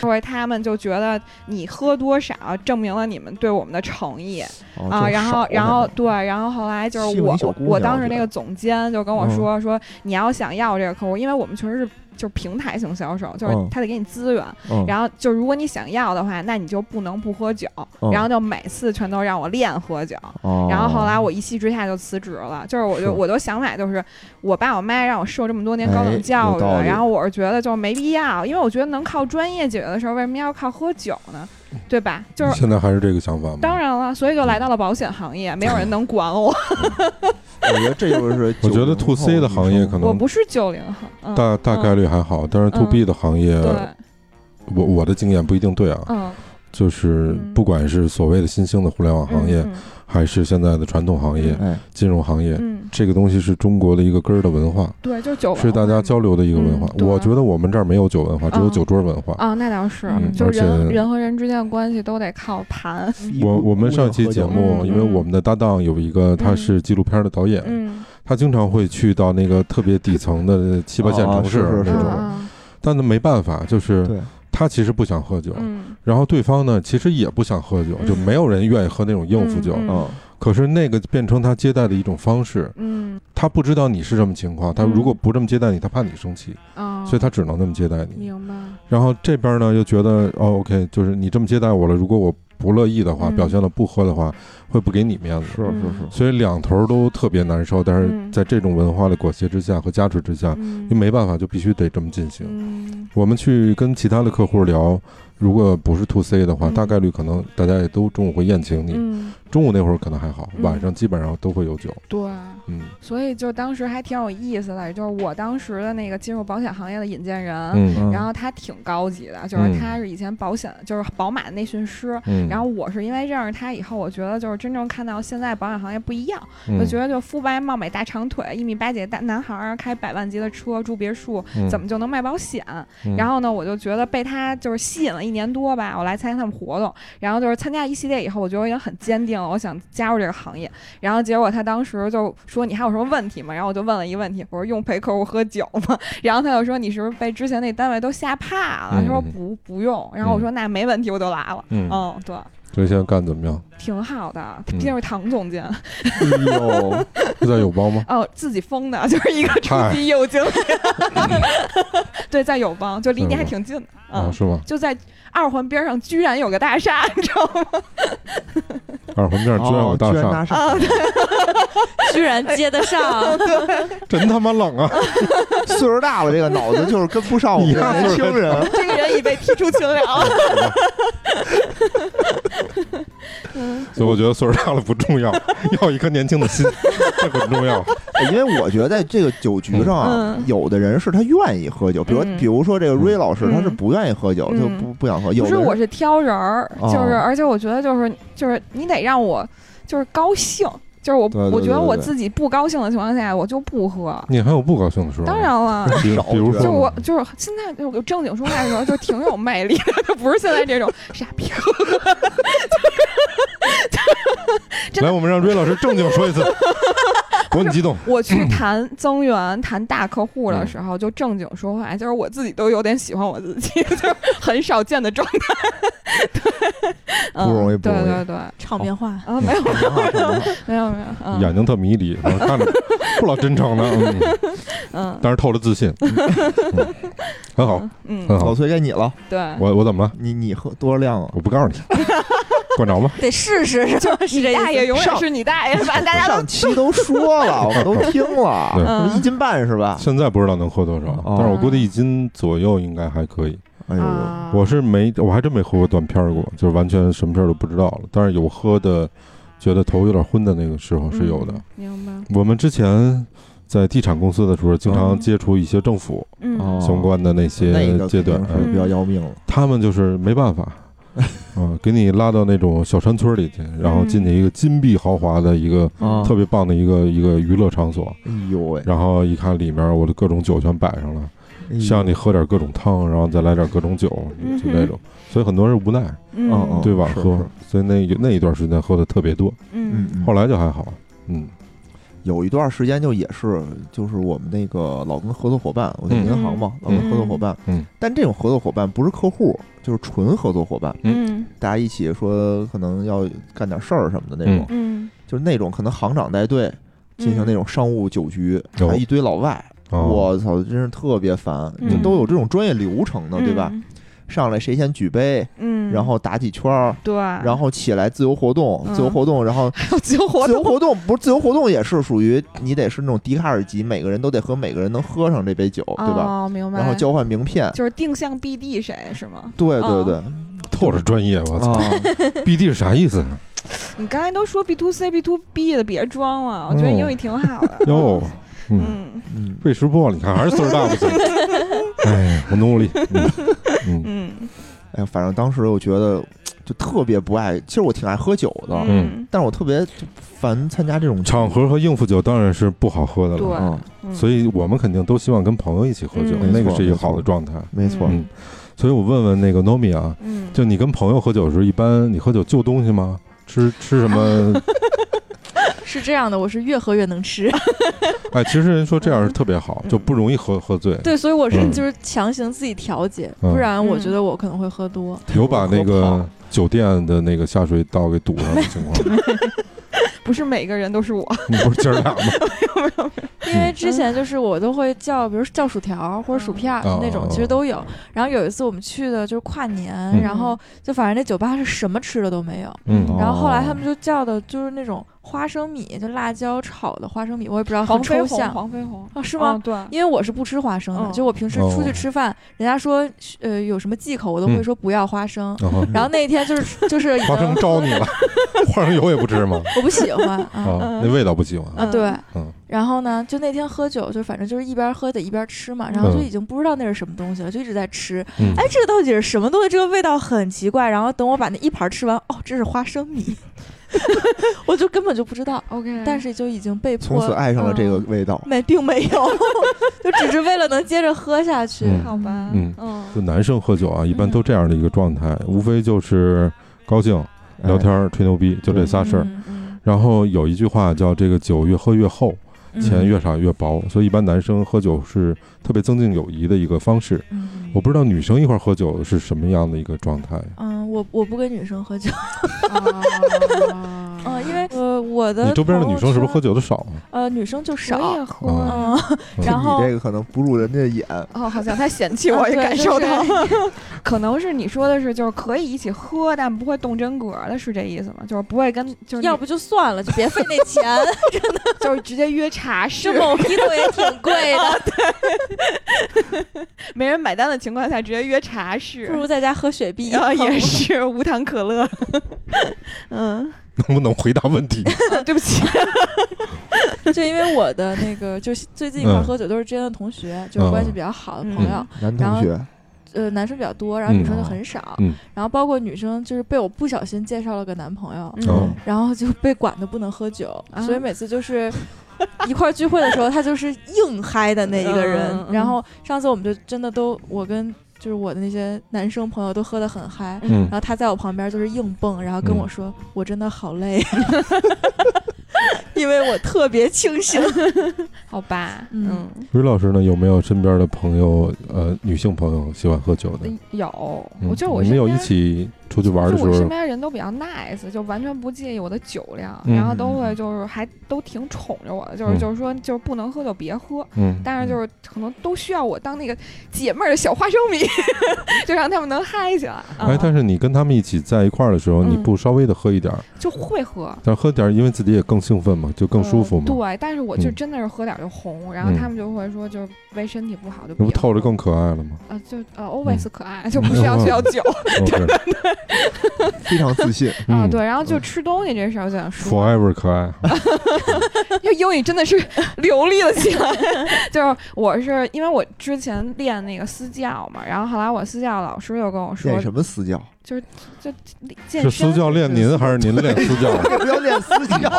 Speaker 4: 或者他们就觉得你喝多少证明了你们对我们的诚意
Speaker 1: 哦
Speaker 4: 啊，
Speaker 1: 就
Speaker 4: 然后
Speaker 1: 少
Speaker 4: 然
Speaker 1: 了
Speaker 4: 后
Speaker 1: 点
Speaker 4: 对，然后后来就是
Speaker 1: 欺负
Speaker 4: 我
Speaker 1: 你小
Speaker 4: 我
Speaker 1: 姑
Speaker 4: 我
Speaker 1: 娘
Speaker 4: 当
Speaker 1: 我
Speaker 4: 时
Speaker 1: 觉
Speaker 4: 那
Speaker 1: 得嗯
Speaker 4: 个总监就跟我说说你要想要这个客户，因为我们确实是就是平台型销售，就是
Speaker 1: 嗯
Speaker 4: 他得给你资源，
Speaker 1: 嗯，
Speaker 4: 然后就如果你想要的话，那你就不能不喝酒，
Speaker 1: 嗯
Speaker 4: 然后就每次全都让我练喝酒。
Speaker 1: 哦
Speaker 4: 然后后来我一气之下就辞职了，就是我
Speaker 1: 是
Speaker 4: 就我都想法就是，我爸我妈让我受这么多年高
Speaker 1: 哎
Speaker 4: 等教
Speaker 1: 有
Speaker 4: 育，
Speaker 1: 道理
Speaker 4: 然后我是觉得就没必要，因为我觉得能靠专业解决的时候，为什么要靠喝酒呢？对吧？就
Speaker 2: 你
Speaker 4: 是
Speaker 2: 现在还是这个想法吗？
Speaker 4: 当，然了，所以就来到了保险行业，没有人能管我，
Speaker 1: 我觉得这就是
Speaker 2: 我觉得
Speaker 1: 90
Speaker 2: to C 的行业可
Speaker 4: 我
Speaker 2: 能
Speaker 4: 不是九零后，
Speaker 2: 嗯
Speaker 4: 嗯，
Speaker 2: 大呃大概率还好，但是 to
Speaker 4: 嗯
Speaker 2: B 的行业，
Speaker 4: 对，
Speaker 2: 我我的经验不一定对啊。
Speaker 4: 嗯，
Speaker 2: 就是
Speaker 4: 嗯
Speaker 2: 不管是所谓的新兴的互联网行业，
Speaker 4: 嗯，
Speaker 2: 还是现在的传统行业、
Speaker 1: 哎，
Speaker 2: 金融行业，
Speaker 4: 嗯，嗯
Speaker 2: 这个东西是中国的一个根儿的文化，
Speaker 4: 对，就是酒文
Speaker 2: 是大
Speaker 4: 化
Speaker 2: 家交流的一个文化。
Speaker 4: 哦嗯对
Speaker 2: 我觉得我们这儿没有酒文化，只有
Speaker 4: 啊
Speaker 2: 酒桌文化。
Speaker 4: 啊，那倒是，
Speaker 3: 嗯
Speaker 4: 就是
Speaker 2: 而
Speaker 4: 人
Speaker 2: 且
Speaker 4: 人和人之间的关系都得靠盘，
Speaker 2: 我我们上期节目，
Speaker 4: 嗯
Speaker 2: 因为我们的搭档有一个他是纪录片的导演，
Speaker 4: 嗯，
Speaker 2: 他经常会去到那个特别底层的七八线城市
Speaker 1: 哦是是
Speaker 2: 那
Speaker 1: 是
Speaker 2: 种，
Speaker 4: 嗯
Speaker 2: 但他没办法，就是
Speaker 1: 嗯对，
Speaker 2: 他其实不想喝酒，
Speaker 4: 嗯，
Speaker 2: 然后对方呢其实也不想喝酒，
Speaker 4: 嗯
Speaker 2: 就没有人愿意喝那种应付酒，
Speaker 4: 嗯
Speaker 1: 嗯，
Speaker 2: 可是那个变成他接待的一种方式，
Speaker 4: 嗯，
Speaker 2: 他不知道你是什么情况，他
Speaker 4: 嗯
Speaker 2: 如果不这么接待你，他怕你生气，
Speaker 4: 啊，
Speaker 2: 所以啊他只能那么接待你。
Speaker 4: 明白，
Speaker 2: 然后这边呢又觉得哦，OK，就是你这么接待我了，如果我不乐意的话，
Speaker 4: 嗯
Speaker 2: 表现的不喝的话，会不给你面子。
Speaker 1: 是是是，
Speaker 2: 所以两头都特别难受，但是
Speaker 4: 嗯
Speaker 2: 在这种文化的裹挟之下和加持之下，
Speaker 4: 嗯
Speaker 2: 又没办法，就必须得这么进行。
Speaker 4: 嗯
Speaker 2: 我们去跟其他的客户聊，如果不是 to C 的话，
Speaker 4: 嗯
Speaker 2: 大概率可能大家也都中午会宴请你，
Speaker 4: 嗯，
Speaker 2: 中午那会儿可能还好，
Speaker 4: 嗯
Speaker 2: 晚上基本上都会有酒。
Speaker 4: 对，
Speaker 2: 嗯
Speaker 4: 所以就当时还挺有意思的，就是我当时的那个进入保险行业的引荐人，
Speaker 2: 嗯
Speaker 4: 然后他挺高级的，就是他是以前保险就是宝马的内训师。
Speaker 2: 嗯，
Speaker 4: 然后我是因为认识他以后，我觉得就是真正看到现在保险行业不一样，
Speaker 2: 嗯
Speaker 4: 我觉得就肤白貌美大长腿一米八几的大男孩儿开百万级的车住别墅，怎么就能卖保险？
Speaker 2: 嗯
Speaker 4: 然后呢，我就觉得被他就是吸引了一年多吧，我来参加他们活动，然后就是参加一系列以后，我觉得我已经很坚定了，我想加入这个行业。然后结果他当时就说你还有什么问题吗？然后我就问了一个问题，我说用陪客户喝酒吗？ 然后他就说你是不是被之前那单位都吓怕了？他说
Speaker 2: 嗯嗯嗯
Speaker 4: 不不用。然后我说那没问题，我就来了。
Speaker 2: 嗯，
Speaker 4: 嗯，对，
Speaker 2: 所以现在干得怎 么样？
Speaker 4: 挺好的，
Speaker 2: 嗯
Speaker 4: 进入唐总监，？
Speaker 1: 哎呦，
Speaker 2: 现在有帮吗
Speaker 4: 哦，自己封的， 就是一个初
Speaker 2: 嗨
Speaker 4: 级业务经理。
Speaker 1: 嗯
Speaker 4: 对，在友邦，就离你还挺近的，
Speaker 2: 啊，
Speaker 4: 嗯。
Speaker 2: 是吗？
Speaker 4: 就在二环边上，居然有个大厦， 你知道吗？
Speaker 2: 二环面居然有大
Speaker 1: 居然
Speaker 2: 厦，
Speaker 1: 哦大厦，
Speaker 3: 居然接得 上，
Speaker 2: 真他妈 冷啊！
Speaker 1: 岁数大了，这个脑子就是跟不上我们这年轻 人。
Speaker 4: 这个人已被踢出群聊了。
Speaker 3: 嗯
Speaker 2: 所以我觉得岁数大了不重要，要一颗年轻的 心，这很重要。
Speaker 1: 因为我觉得在这个酒局上啊
Speaker 4: 嗯，
Speaker 1: 有的人是他愿意喝酒，比如
Speaker 4: 嗯
Speaker 1: 比如说这个瑞老师，他是不愿意喝酒，
Speaker 4: 嗯
Speaker 1: 就不不想喝。有
Speaker 4: 不
Speaker 1: 的
Speaker 4: 是，
Speaker 1: 人
Speaker 4: 我是挑人儿，
Speaker 1: 哦
Speaker 4: 就是，而且我觉得就是就是你得让我就是高兴，就是我
Speaker 1: 对对对
Speaker 4: 我觉得
Speaker 1: 对
Speaker 4: 我
Speaker 1: 对
Speaker 4: 自己不高兴的情况下，我就不喝。
Speaker 2: 你还有不高兴的时候？
Speaker 4: 当然 了。
Speaker 2: 比如，
Speaker 1: 少
Speaker 2: 比
Speaker 1: 觉
Speaker 2: 如说
Speaker 1: 得
Speaker 4: 就我
Speaker 2: 呢，
Speaker 4: 就是现在就我正经说话的时候，就挺有魅力的，就不是现在这种傻逼。真的
Speaker 2: 来，我们让瑞老师正经 说一次，我很激动。
Speaker 4: 我去
Speaker 1: 嗯
Speaker 4: 谈增援、谈大客户的时候，就正经说话，哎就是我自己都有点喜欢我自己， 就是很少见的状态。 对，
Speaker 1: 不容易
Speaker 4: 嗯
Speaker 1: 不容易嗯
Speaker 4: 对对对，
Speaker 3: 场面话。
Speaker 4: 啊，没有
Speaker 1: 挺好挺 好
Speaker 4: 没有没有，嗯
Speaker 2: 眼睛特迷离，我看着不老真诚的， 嗯，
Speaker 4: 嗯
Speaker 2: 但是透着自信，嗯嗯很好，
Speaker 4: 嗯，
Speaker 2: 很
Speaker 1: 老
Speaker 2: 好。
Speaker 1: 崔该你了，
Speaker 4: 对，
Speaker 2: 我我怎么了？
Speaker 1: 你你喝多少量啊？
Speaker 2: 我不告 诉你，管着吗？
Speaker 3: 得试试，是吧？是这
Speaker 4: 大爷
Speaker 3: 意思。
Speaker 4: 永远是你大爷，把大家都嗯
Speaker 1: 上期都说了，我们 都听了，
Speaker 2: 对
Speaker 1: 什么一斤半是吧？
Speaker 2: 现在不知道能喝多少，
Speaker 1: 哦
Speaker 2: 但是我估计一斤左右应该还可以。
Speaker 1: 哎呦，
Speaker 4: 啊
Speaker 2: 我是没，我还真没喝过断片儿过，就是完全什么事儿都不知道了。但是有喝的，觉得头有点昏的那个时候是有的。
Speaker 4: 嗯明白，
Speaker 2: 我们之前在地产公司的时候，经常
Speaker 4: 嗯
Speaker 2: 接触一些政府
Speaker 1: 哦
Speaker 4: 嗯
Speaker 2: 相关的那
Speaker 1: 那
Speaker 2: 些
Speaker 1: 个
Speaker 2: 阶段，
Speaker 1: 肯定
Speaker 2: 嗯
Speaker 1: 是比较要命了。
Speaker 2: 他们就是没 办法，啊，给你拉到那种小山村里去，然后
Speaker 1: 嗯
Speaker 2: 进去一个金碧豪华的一个
Speaker 4: 嗯
Speaker 1: 啊
Speaker 2: 特别棒的一个一个娱乐场所，
Speaker 1: 哎呦喂，
Speaker 2: 然后一看里面我的各种酒全摆上了，
Speaker 1: 哎呦
Speaker 2: 像你喝点各种汤，然后再来点各种酒，
Speaker 4: 嗯
Speaker 2: 就那种，所以很多人无奈，
Speaker 4: 嗯
Speaker 1: 哦哦
Speaker 2: 对吧？
Speaker 1: 是
Speaker 2: 喝
Speaker 1: 是，
Speaker 2: 所以那那一段时间喝的特别多，
Speaker 1: 嗯
Speaker 4: 嗯，
Speaker 1: 嗯
Speaker 2: 后来就还好，嗯
Speaker 1: 有一段时间就也是，就是我们那个老跟合作伙伴，我在银行嘛，老
Speaker 2: 嗯
Speaker 1: 跟合作伙伴，
Speaker 2: 嗯嗯
Speaker 1: 但这种合作伙伴不是客户，就是纯合作伙伴，
Speaker 4: 嗯
Speaker 1: 大家一起说可能要干点事儿什么的那种，
Speaker 4: 嗯
Speaker 3: 嗯
Speaker 1: 就是那种可能行长带队进行那种商务酒局，
Speaker 2: 有
Speaker 1: 还一堆老外，
Speaker 2: 哦
Speaker 1: 我操，真是特别烦。这
Speaker 4: 嗯
Speaker 1: 都有这种专业流程呢，对吧？
Speaker 4: 嗯？
Speaker 1: 上来谁先举杯，
Speaker 4: 嗯，
Speaker 1: 然后打几圈儿，
Speaker 4: 对，
Speaker 1: 然后起来自由活动，
Speaker 4: 嗯
Speaker 1: 自由活动，然后
Speaker 4: 还有 救活
Speaker 1: 自由
Speaker 4: 动，
Speaker 1: 活动不是自由活动也是属于你得是那种笛卡尔级，每个人都得和每个人能喝上这杯酒，对吧？
Speaker 4: 哦，明白。
Speaker 1: 然后交换名片，
Speaker 4: 就是定向 BD 谁是吗？
Speaker 1: 对对
Speaker 4: 哦
Speaker 1: 对，
Speaker 2: 透着专业，我操
Speaker 1: 啊，
Speaker 2: ，BD 是啥意思啊呢？
Speaker 4: 你刚才都说 B to C B to B 的，别装了，我觉得英语挺好的。
Speaker 2: 嗯 哟， 嗯，
Speaker 4: 嗯
Speaker 1: 嗯，
Speaker 2: 瑞士破，你看还是岁数大 不行。哎，我努力。嗯嗯
Speaker 4: 嗯
Speaker 1: 哎，反正当时我觉得就特别不爱，其实我挺爱喝酒
Speaker 2: 啊
Speaker 1: 的，
Speaker 4: 嗯，
Speaker 1: 但是我特别烦参加这种
Speaker 2: 场，合和应付酒当然是不好喝的了，
Speaker 1: 嗯，
Speaker 4: 嗯
Speaker 2: 所以我们肯定都希望跟朋友一起喝酒，
Speaker 4: 嗯
Speaker 2: 那个
Speaker 1: 没错
Speaker 2: 是一个
Speaker 1: 没错
Speaker 2: 好的状态。
Speaker 1: 没错，
Speaker 2: 嗯所以我问问那个 Nomi 啊，
Speaker 4: 嗯，
Speaker 2: 就你跟朋友喝酒的时候，一般你喝酒就东西吗？吃吃什么？
Speaker 3: 是这样的，我是越喝越能吃，
Speaker 2: 哎，其实人说这样是特别好，就不容易喝喝醉。
Speaker 3: 对，所以我
Speaker 2: 嗯
Speaker 3: 是就是强行自己调节，
Speaker 2: 嗯
Speaker 3: 不然我觉得我可能会喝多。
Speaker 2: 有把那
Speaker 1: 我喝
Speaker 2: 个
Speaker 1: 不
Speaker 2: 酒店的那个下水道给堵上的情况吗，
Speaker 4: 不是每个人都是我。
Speaker 2: 你不是姐儿俩吗？
Speaker 3: 因
Speaker 2: 嗯
Speaker 3: 为之前就是我都会叫，比如叫薯条或者薯片儿
Speaker 2: 哦
Speaker 3: 那种，其实都有。然后有一次我们去的就是跨年，
Speaker 2: 嗯
Speaker 3: 然后就反正那酒吧是什么吃的都没有。
Speaker 2: 嗯，
Speaker 3: 然后后来他
Speaker 1: 哦
Speaker 3: 们就叫的就是那种花生米，就辣椒炒的花生米，我也不知道很
Speaker 4: 黄飞
Speaker 3: 抽
Speaker 4: 鸿，
Speaker 3: 象
Speaker 4: 黄哦飞鸿
Speaker 3: 啊，是
Speaker 4: 是
Speaker 3: 吗？
Speaker 4: 对，
Speaker 3: 因为我是不吃花生的，
Speaker 4: 嗯
Speaker 3: 就我平时出
Speaker 2: 哦
Speaker 3: 去吃饭，人家说呃有什么忌口，我都
Speaker 2: 嗯
Speaker 3: 会说不要花生。
Speaker 2: 然后
Speaker 3: 然后那一天就是就是已经
Speaker 2: 花生招 你了，花生油也不吃吗？
Speaker 3: 我不喜欢啊
Speaker 2: 啊，那味道不喜欢。
Speaker 3: 啊对
Speaker 2: 嗯，
Speaker 3: 然后呢就那天喝酒就反正就是一边喝得一边吃嘛，然后就
Speaker 2: 嗯
Speaker 3: 已经不知道那是什么东西了，就一直在吃。
Speaker 2: 嗯
Speaker 3: 哎，这个到底是什么东西？这个味道很奇怪。然后等我把那一盘吃完，哦，这是花生米， 我就根本就不知道，
Speaker 4: ，OK，
Speaker 3: 但是就已经被
Speaker 1: 从此
Speaker 3: 迫
Speaker 1: 爱上了这个
Speaker 4: 嗯
Speaker 1: 味道。
Speaker 3: 没并没有， 就只是为了能接着喝下去。
Speaker 2: 嗯
Speaker 4: 好吧，
Speaker 2: 嗯就
Speaker 4: 嗯
Speaker 2: 男生喝酒啊，一般都这样的一个状态，无非就是高兴、聊天、儿、吹牛逼，就这仨事儿。
Speaker 3: 嗯
Speaker 4: 嗯
Speaker 2: 然后有一句话叫“这个酒越喝越厚，
Speaker 3: 嗯
Speaker 2: 钱越少越薄”，所以一般男生喝酒是特别增进友谊的一个方式。
Speaker 3: 嗯
Speaker 2: 我不知道女生一块儿喝酒是什么样的一个状态。
Speaker 3: 嗯，我我不跟女生喝酒，
Speaker 4: 嗯 啊
Speaker 3: 嗯，因为呃我的
Speaker 2: 你周边的
Speaker 3: 朋
Speaker 2: 女
Speaker 3: 友
Speaker 2: 生是不是
Speaker 3: 圈
Speaker 2: 喝酒的少啊？
Speaker 3: 呃，女生就
Speaker 4: 我
Speaker 3: 少
Speaker 4: 也，喝
Speaker 2: 啊
Speaker 3: 嗯， 然后
Speaker 1: 你这个可能不入人家眼，
Speaker 4: 哦，好像他嫌弃我，
Speaker 3: 啊
Speaker 4: 也
Speaker 3: 对
Speaker 4: 感受到
Speaker 3: 就
Speaker 4: 了。 可能是你说的是，就是可以一起喝，但不会动真格的，是这意思吗？就是不会跟，就是
Speaker 3: 要不就算了，就别费那 钱，
Speaker 4: 就是直接约茶
Speaker 3: 这
Speaker 4: 室，
Speaker 3: 某啤酒也挺贵的，
Speaker 4: 没人买单的情况下直接约茶室
Speaker 3: 不，如在家喝雪碧。
Speaker 4: 然后啊 也是无糖可 乐。嗯，
Speaker 2: 能不能回答问题？
Speaker 4: 啊对不起，
Speaker 3: 就因为我的那个，就是最近一块儿
Speaker 2: 嗯
Speaker 3: 喝酒都是之前的同学，就是关系比较好的
Speaker 4: 嗯
Speaker 3: 朋友，
Speaker 1: 男同学，
Speaker 3: 呃，男生比较多，然后女生就
Speaker 1: 嗯
Speaker 3: 很少，
Speaker 2: 嗯
Speaker 3: 然后包括女生就是被我不小心介绍了个男朋友，
Speaker 4: 嗯
Speaker 2: 哦
Speaker 3: 然后就被管的不能喝酒，
Speaker 4: 啊
Speaker 3: 所以每次就是一块儿聚会的时候，他就是硬嗨的那一个人。
Speaker 4: 嗯嗯嗯
Speaker 3: 然后上次我们就真的都，我跟就是我的那些男生朋友都喝得很嗨。
Speaker 2: 嗯
Speaker 3: 然，后他在我旁边就是硬蹦，然后跟我说：“我真的好累，啊 因为我特别清醒。
Speaker 4: 好吧，嗯
Speaker 3: 嗯，
Speaker 2: 于老师呢？有没有身边的朋友，呃，女性朋友喜欢喝酒的？
Speaker 4: 有，
Speaker 2: 嗯
Speaker 4: 我就是我
Speaker 2: 你们
Speaker 4: 身
Speaker 2: 有一
Speaker 4: 边
Speaker 2: 起出去玩
Speaker 4: 就
Speaker 2: 的时
Speaker 4: 我身
Speaker 2: 候，
Speaker 4: 边人都比较 nice，就完全不介意我的酒量，
Speaker 2: 嗯
Speaker 4: 然后都会就是还都挺宠着我的，就是、
Speaker 2: 嗯
Speaker 4: 就是说就是不能喝就别喝，
Speaker 2: 嗯，
Speaker 4: 但是就是可能都需要我当那个解闷儿的小花生米， 就让他们能嗨起来。啊
Speaker 2: 哎，但是你跟他们一起在一块儿的时候，
Speaker 4: 嗯
Speaker 2: 你不稍微的喝一点儿，
Speaker 4: 就会喝。
Speaker 2: 但是喝点儿，因为自己也更兴奋嘛，就更舒服嘛，
Speaker 4: 嗯对，但是我就
Speaker 2: 嗯
Speaker 4: 真的是喝点儿就红，然后
Speaker 2: 嗯
Speaker 4: 他们就会说，就是为身体不好就
Speaker 2: 那
Speaker 4: 别
Speaker 2: 不透着
Speaker 4: 喝
Speaker 2: 更可爱了吗？
Speaker 4: 呃，就
Speaker 2: 嗯
Speaker 4: 呃 always 可爱，就不需要需 要酒
Speaker 2: OK，
Speaker 1: 非常自信，
Speaker 4: 啊。
Speaker 2: 嗯
Speaker 4: 对，然后就吃东西这事儿，我就想说，
Speaker 2: ，forever 可爱，
Speaker 4: 因为英语真的是 流利了起来。 就是我是因为我之前练那个私教嘛，然后后来我私教老师又跟我 说
Speaker 1: 练，什么私 教？
Speaker 4: 健
Speaker 2: 是
Speaker 4: 身
Speaker 2: 私教练您还是您练私教？
Speaker 1: 不要练私教，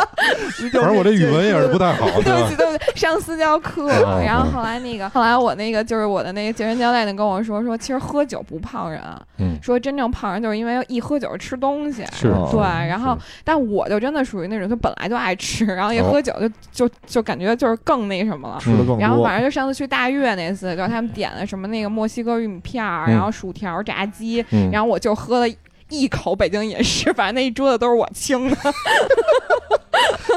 Speaker 1: 私教
Speaker 2: 反正我这语文也是不太好，
Speaker 4: 对不
Speaker 2: 吧
Speaker 4: 起，？对不起，上私教课
Speaker 2: 哦，
Speaker 4: 然后
Speaker 2: 哦
Speaker 4: 后来那个，后来我那个就是我的那个健身教练就跟我说，说其实喝酒不胖人，啊
Speaker 2: 嗯，
Speaker 4: 说真正胖人就是因为一喝酒吃东西。
Speaker 2: 是
Speaker 1: 哦，
Speaker 4: 对，
Speaker 2: 是
Speaker 4: 然后但我就真的属于那种，就本来就爱吃，然后一喝酒就、就就感觉就是更那什么了。
Speaker 1: 吃的更
Speaker 4: 然后
Speaker 1: 多
Speaker 4: 反。正就上次去大悦那次，给他们点了什么那个墨西哥玉米片儿，
Speaker 2: 嗯
Speaker 4: 然后薯条、炸鸡，
Speaker 2: 嗯，
Speaker 4: 然后我就喝了一口北京饮食，反正那一桌子都是我清的。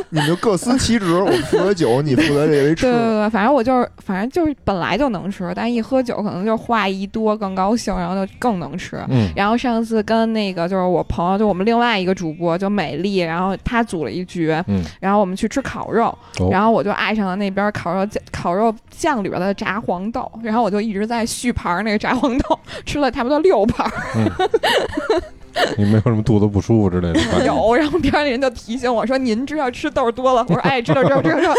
Speaker 1: 你们就各司其职，我负责酒，你负责这个
Speaker 4: 对对
Speaker 1: 吃。
Speaker 4: 对，反正我就是，反正就是本来就能吃，但一喝酒可能就话一多更高兴，然后就更能吃。
Speaker 2: 嗯，
Speaker 4: 然后上次跟那个就是我朋友，就我们另外一个主播，就美丽，然后她组了一局，
Speaker 2: 嗯
Speaker 4: 然后我们去吃烤肉，
Speaker 2: 哦
Speaker 4: 然后我就爱上了那边烤肉酱烤肉酱里边的炸黄豆，然后我就一直在续盘儿那个炸黄豆， 吃了差不多六 盘儿
Speaker 2: 你没有什么肚子不舒服之类的反应？
Speaker 4: 有， 然后边上那人就提醒我说：“您知道吃豆多了。”我说：“哎，知道知道知道。知 道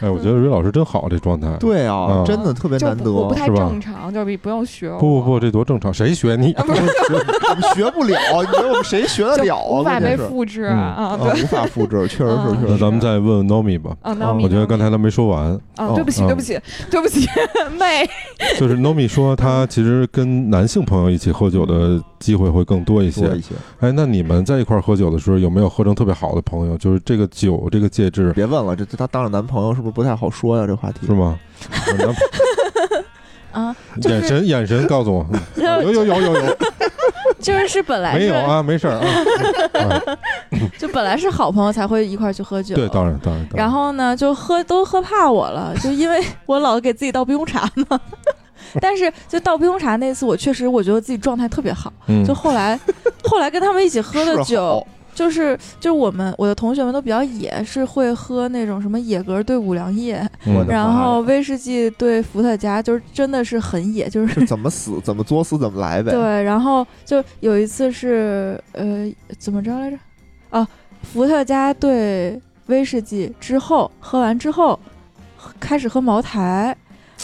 Speaker 2: 哎，我觉得瑞老师真好，这状态。，
Speaker 1: 对啊
Speaker 2: 嗯，
Speaker 1: 真的特别
Speaker 4: 就
Speaker 1: 难得
Speaker 4: 不，我不太
Speaker 2: 是吧
Speaker 4: 正常，就是不用学我。
Speaker 2: 不不不，这多正常，谁学你？
Speaker 1: 我们学不了，你觉得我们谁学得
Speaker 4: 就
Speaker 1: 了啊？
Speaker 4: 无法
Speaker 1: 关键
Speaker 4: 被
Speaker 1: 是
Speaker 4: 复制
Speaker 2: 嗯
Speaker 4: 啊！
Speaker 1: 啊
Speaker 4: 对，
Speaker 1: 无法复制，确实是，
Speaker 4: 嗯
Speaker 1: 确
Speaker 2: 那
Speaker 1: 实是
Speaker 2: 咱们再问问 Nomi 吧。
Speaker 4: 啊，那米
Speaker 2: 我觉得刚才他没说完，
Speaker 4: 啊，对不起，
Speaker 2: 嗯
Speaker 4: 对不起，对不起， 妹，
Speaker 2: 就是 Nomi 说他其实跟男性朋友一起喝酒的机会会更多一
Speaker 1: 多
Speaker 2: 些
Speaker 1: 一。些。
Speaker 2: 哎，那你们在一块儿喝酒的时候，有没有喝成特别好的朋友？就是这个酒这个介质
Speaker 1: 别问了，这这他当着男朋友是不是不太好说呀？这话题
Speaker 2: 是吗？男
Speaker 3: 啊，就是
Speaker 2: 眼神眼神告诉我，
Speaker 3: 就
Speaker 2: 有有有有有，
Speaker 3: 就是本来
Speaker 2: 嗯没
Speaker 3: 是
Speaker 2: 有啊，没事儿啊。啊
Speaker 3: 就本来是好朋友才会一块儿去喝酒，
Speaker 2: 对，当然当然。当
Speaker 3: 然后呢，就喝都喝怕我了，就因为我老给自己倒冰红茶嘛。 但是就倒冰红茶那次，我确实我觉得自己状态特别好。
Speaker 2: 嗯
Speaker 3: 就后 来，后来跟他们一起喝的
Speaker 1: 是
Speaker 3: 酒
Speaker 1: 好，
Speaker 3: 就是就是我们我的同学们都比较野，是会喝那种什么野格对五粮液，
Speaker 1: 我的
Speaker 2: 嗯
Speaker 1: 妈呀
Speaker 3: 然后威士忌对伏特加，就是真的是很野，就是
Speaker 1: 是怎么死怎么作死怎么来呗。
Speaker 3: 对，然后就有一次是呃怎么着来着？啊，伏特加对威士忌之后，喝完之后喝开始喝茅台。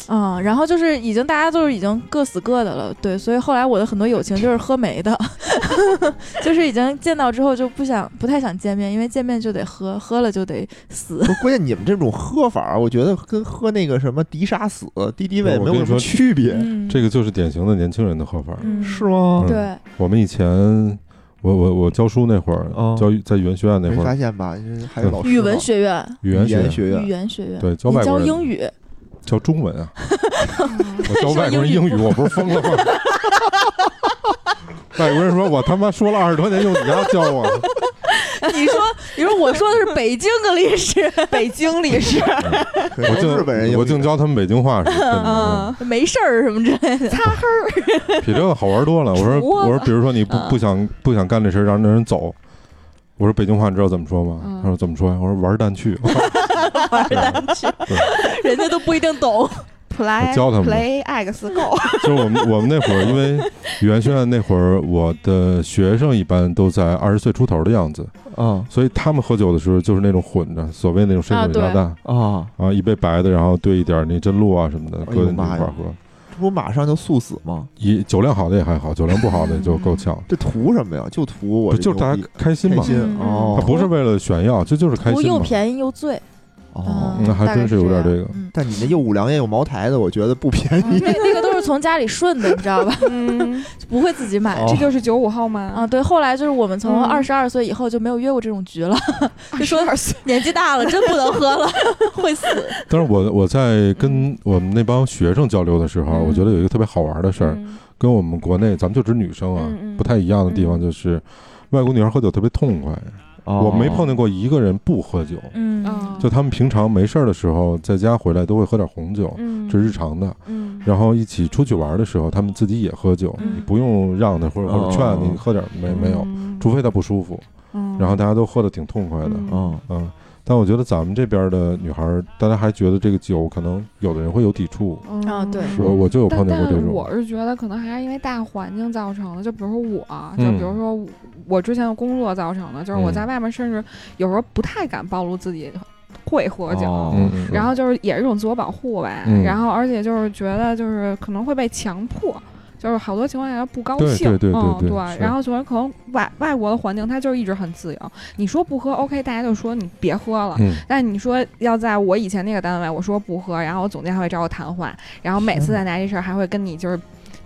Speaker 3: 嗯，然后就是已经大家都是已经各死各的了，对，所以后来我的很多友情就是喝没的， 就是已经见到之后就不想不太想见面，因为见面就得喝，喝了就得死。
Speaker 1: 不是关键你们这种喝法儿，我觉得跟喝那个什么敌杀死、敌敌畏
Speaker 2: 不是我
Speaker 1: 没
Speaker 2: 跟
Speaker 1: 有
Speaker 2: 你
Speaker 1: 什么
Speaker 2: 说
Speaker 1: 区别，
Speaker 3: 嗯，
Speaker 2: 这个就是典型的年轻人的喝法。
Speaker 3: 嗯
Speaker 1: 是？吗？
Speaker 2: 嗯
Speaker 3: 对，
Speaker 2: 我们以前，我我我教书那会儿
Speaker 1: 哦，
Speaker 2: 教在语言学院那
Speaker 1: 没
Speaker 2: 会
Speaker 1: 发
Speaker 2: 儿，
Speaker 1: 现吧？你这还有
Speaker 2: 对
Speaker 1: 老师
Speaker 3: 语文
Speaker 1: 呢
Speaker 3: 学院，
Speaker 2: 语
Speaker 1: 语
Speaker 2: 言学
Speaker 1: 言
Speaker 2: 院
Speaker 1: 学
Speaker 3: 语
Speaker 1: 院，
Speaker 3: 言学院，
Speaker 2: 对教
Speaker 3: 你
Speaker 2: 外
Speaker 3: 教
Speaker 2: 国人
Speaker 3: 英语，
Speaker 2: 教中文啊，
Speaker 4: 嗯
Speaker 2: 我教外国人英语，我不是疯了吗？外国人说：“我他妈说了二十多年，用你丫教我。
Speaker 3: 你说，你说，我说的是北京格力士，
Speaker 4: 北京历史，
Speaker 1: 对
Speaker 2: 我
Speaker 1: 都
Speaker 2: 净
Speaker 1: 日本人英语
Speaker 2: 我净教他们北京话是真的，
Speaker 4: 嗯，
Speaker 3: 没事儿什么之类的。
Speaker 2: 嗯比这个好玩多了。我说，
Speaker 4: 除了
Speaker 2: 我说，比如说你不
Speaker 3: 嗯
Speaker 2: 不想不想干这事儿，让那人走。我说北京话你知道怎么说吗
Speaker 4: 嗯？
Speaker 2: 他说怎么说呀？我说玩蛋 去。
Speaker 3: 玩单去，人家都不一定懂。
Speaker 4: play
Speaker 2: 我教他们
Speaker 4: play X go，
Speaker 2: 就是我们我们那会儿，因为语言学院那会儿，我的学生一般都在二十岁出头的样子，
Speaker 1: 啊
Speaker 2: 所以他们喝酒的时候就是那种混着，所谓那种深
Speaker 3: 啊
Speaker 2: 水炸
Speaker 3: 对
Speaker 2: 弹
Speaker 1: 啊，
Speaker 2: 啊，一杯白的，然后兑一点那真露啊什么的，
Speaker 1: 哎呦
Speaker 2: 搁进去一
Speaker 1: 妈呀
Speaker 2: 块儿喝。
Speaker 1: 这不马上就速死吗？
Speaker 2: 一酒量好的也还好，酒量不好的就够呛。
Speaker 1: 这图什么呀？就图我
Speaker 2: 不
Speaker 1: 这
Speaker 2: 就是大
Speaker 1: 牛
Speaker 2: 家
Speaker 1: 逼
Speaker 2: 开
Speaker 1: 嗯
Speaker 2: 心
Speaker 1: 开
Speaker 2: 嘛？
Speaker 1: 心
Speaker 3: 嗯
Speaker 1: 哦
Speaker 2: 他，不是为了炫耀，这就是 开
Speaker 3: 图
Speaker 2: 心
Speaker 3: 又
Speaker 2: 嘛。
Speaker 3: 便宜又醉，
Speaker 1: 哦。
Speaker 2: 嗯还
Speaker 3: 大概
Speaker 2: 真是
Speaker 3: 是
Speaker 2: 有点
Speaker 3: 样
Speaker 2: 这个
Speaker 3: 嗯，
Speaker 1: 但你那又五粮液又茅台的，我觉得不便宜。
Speaker 3: 那那个都是从家里顺的，你知道吧？
Speaker 4: 嗯，
Speaker 3: 不会自己买
Speaker 1: 哦
Speaker 4: 这就是九五后吗？
Speaker 3: 啊。对，后来就是我们从
Speaker 4: 嗯
Speaker 3: 二十二岁以后就没有约过这种局 了，
Speaker 4: 啊，
Speaker 3: 就说
Speaker 4: 点岁，
Speaker 3: 年纪大了真不能喝了， 会死。
Speaker 2: 但是我我在跟我们那帮学生交流的时候，
Speaker 4: 嗯
Speaker 2: 我觉得有一个特别好玩的事儿，
Speaker 4: 嗯
Speaker 2: 跟我们国内咱们就指女生啊
Speaker 4: 嗯嗯
Speaker 2: 不太一样的地方就是，外国女孩喝酒特别痛快，
Speaker 4: 嗯
Speaker 2: 我没碰见过一个人不喝酒。
Speaker 3: 嗯
Speaker 4: 哦
Speaker 2: 就他们平常没事儿的时候，在家回来都会喝点红酒，
Speaker 4: 嗯，
Speaker 2: 这是日常的。
Speaker 4: 嗯，
Speaker 2: 然后一起出去玩的时候，他们自己也喝酒，
Speaker 4: 嗯
Speaker 2: 你不用让他或者或者
Speaker 1: 哦
Speaker 2: 劝你喝点儿，没没有，
Speaker 4: 嗯
Speaker 2: 除非他不舒服。
Speaker 4: 嗯
Speaker 2: 然后大家都喝得挺痛快的，
Speaker 4: 嗯
Speaker 1: 嗯，
Speaker 2: 嗯。但我觉得咱们这边的女孩儿，大家还觉得这个酒可能有的人会有抵触，
Speaker 3: 啊对
Speaker 4: 嗯
Speaker 2: 我我就有碰
Speaker 4: 但
Speaker 2: 见过
Speaker 4: 但
Speaker 2: 这
Speaker 4: 是
Speaker 2: 种
Speaker 4: 我，是觉得可能还是因为大环境造成的，就比如说我，啊就
Speaker 2: 嗯
Speaker 4: 比如说我我之前的工作造成的，就是我
Speaker 2: 嗯
Speaker 4: 在外面甚至有时候不太敢暴露自己会喝酒，
Speaker 1: 哦
Speaker 2: 嗯，嗯
Speaker 4: 然后就是也是一种自我保护吧，
Speaker 2: 嗯
Speaker 4: 然后而且就是觉得就是可能会被强迫，就是好多情况下不高
Speaker 2: 对
Speaker 4: 兴，
Speaker 2: 对对对
Speaker 4: 嗯
Speaker 2: 对是
Speaker 4: 然后所以可能外外国的环境它就是一直很自由，你说不喝，OK，大家就说你别喝了。
Speaker 2: 嗯，
Speaker 4: 但你说要在我以前那个单位，我说不喝，然后我总监还会找我谈话，然后每次再拿这事儿还会跟你就是。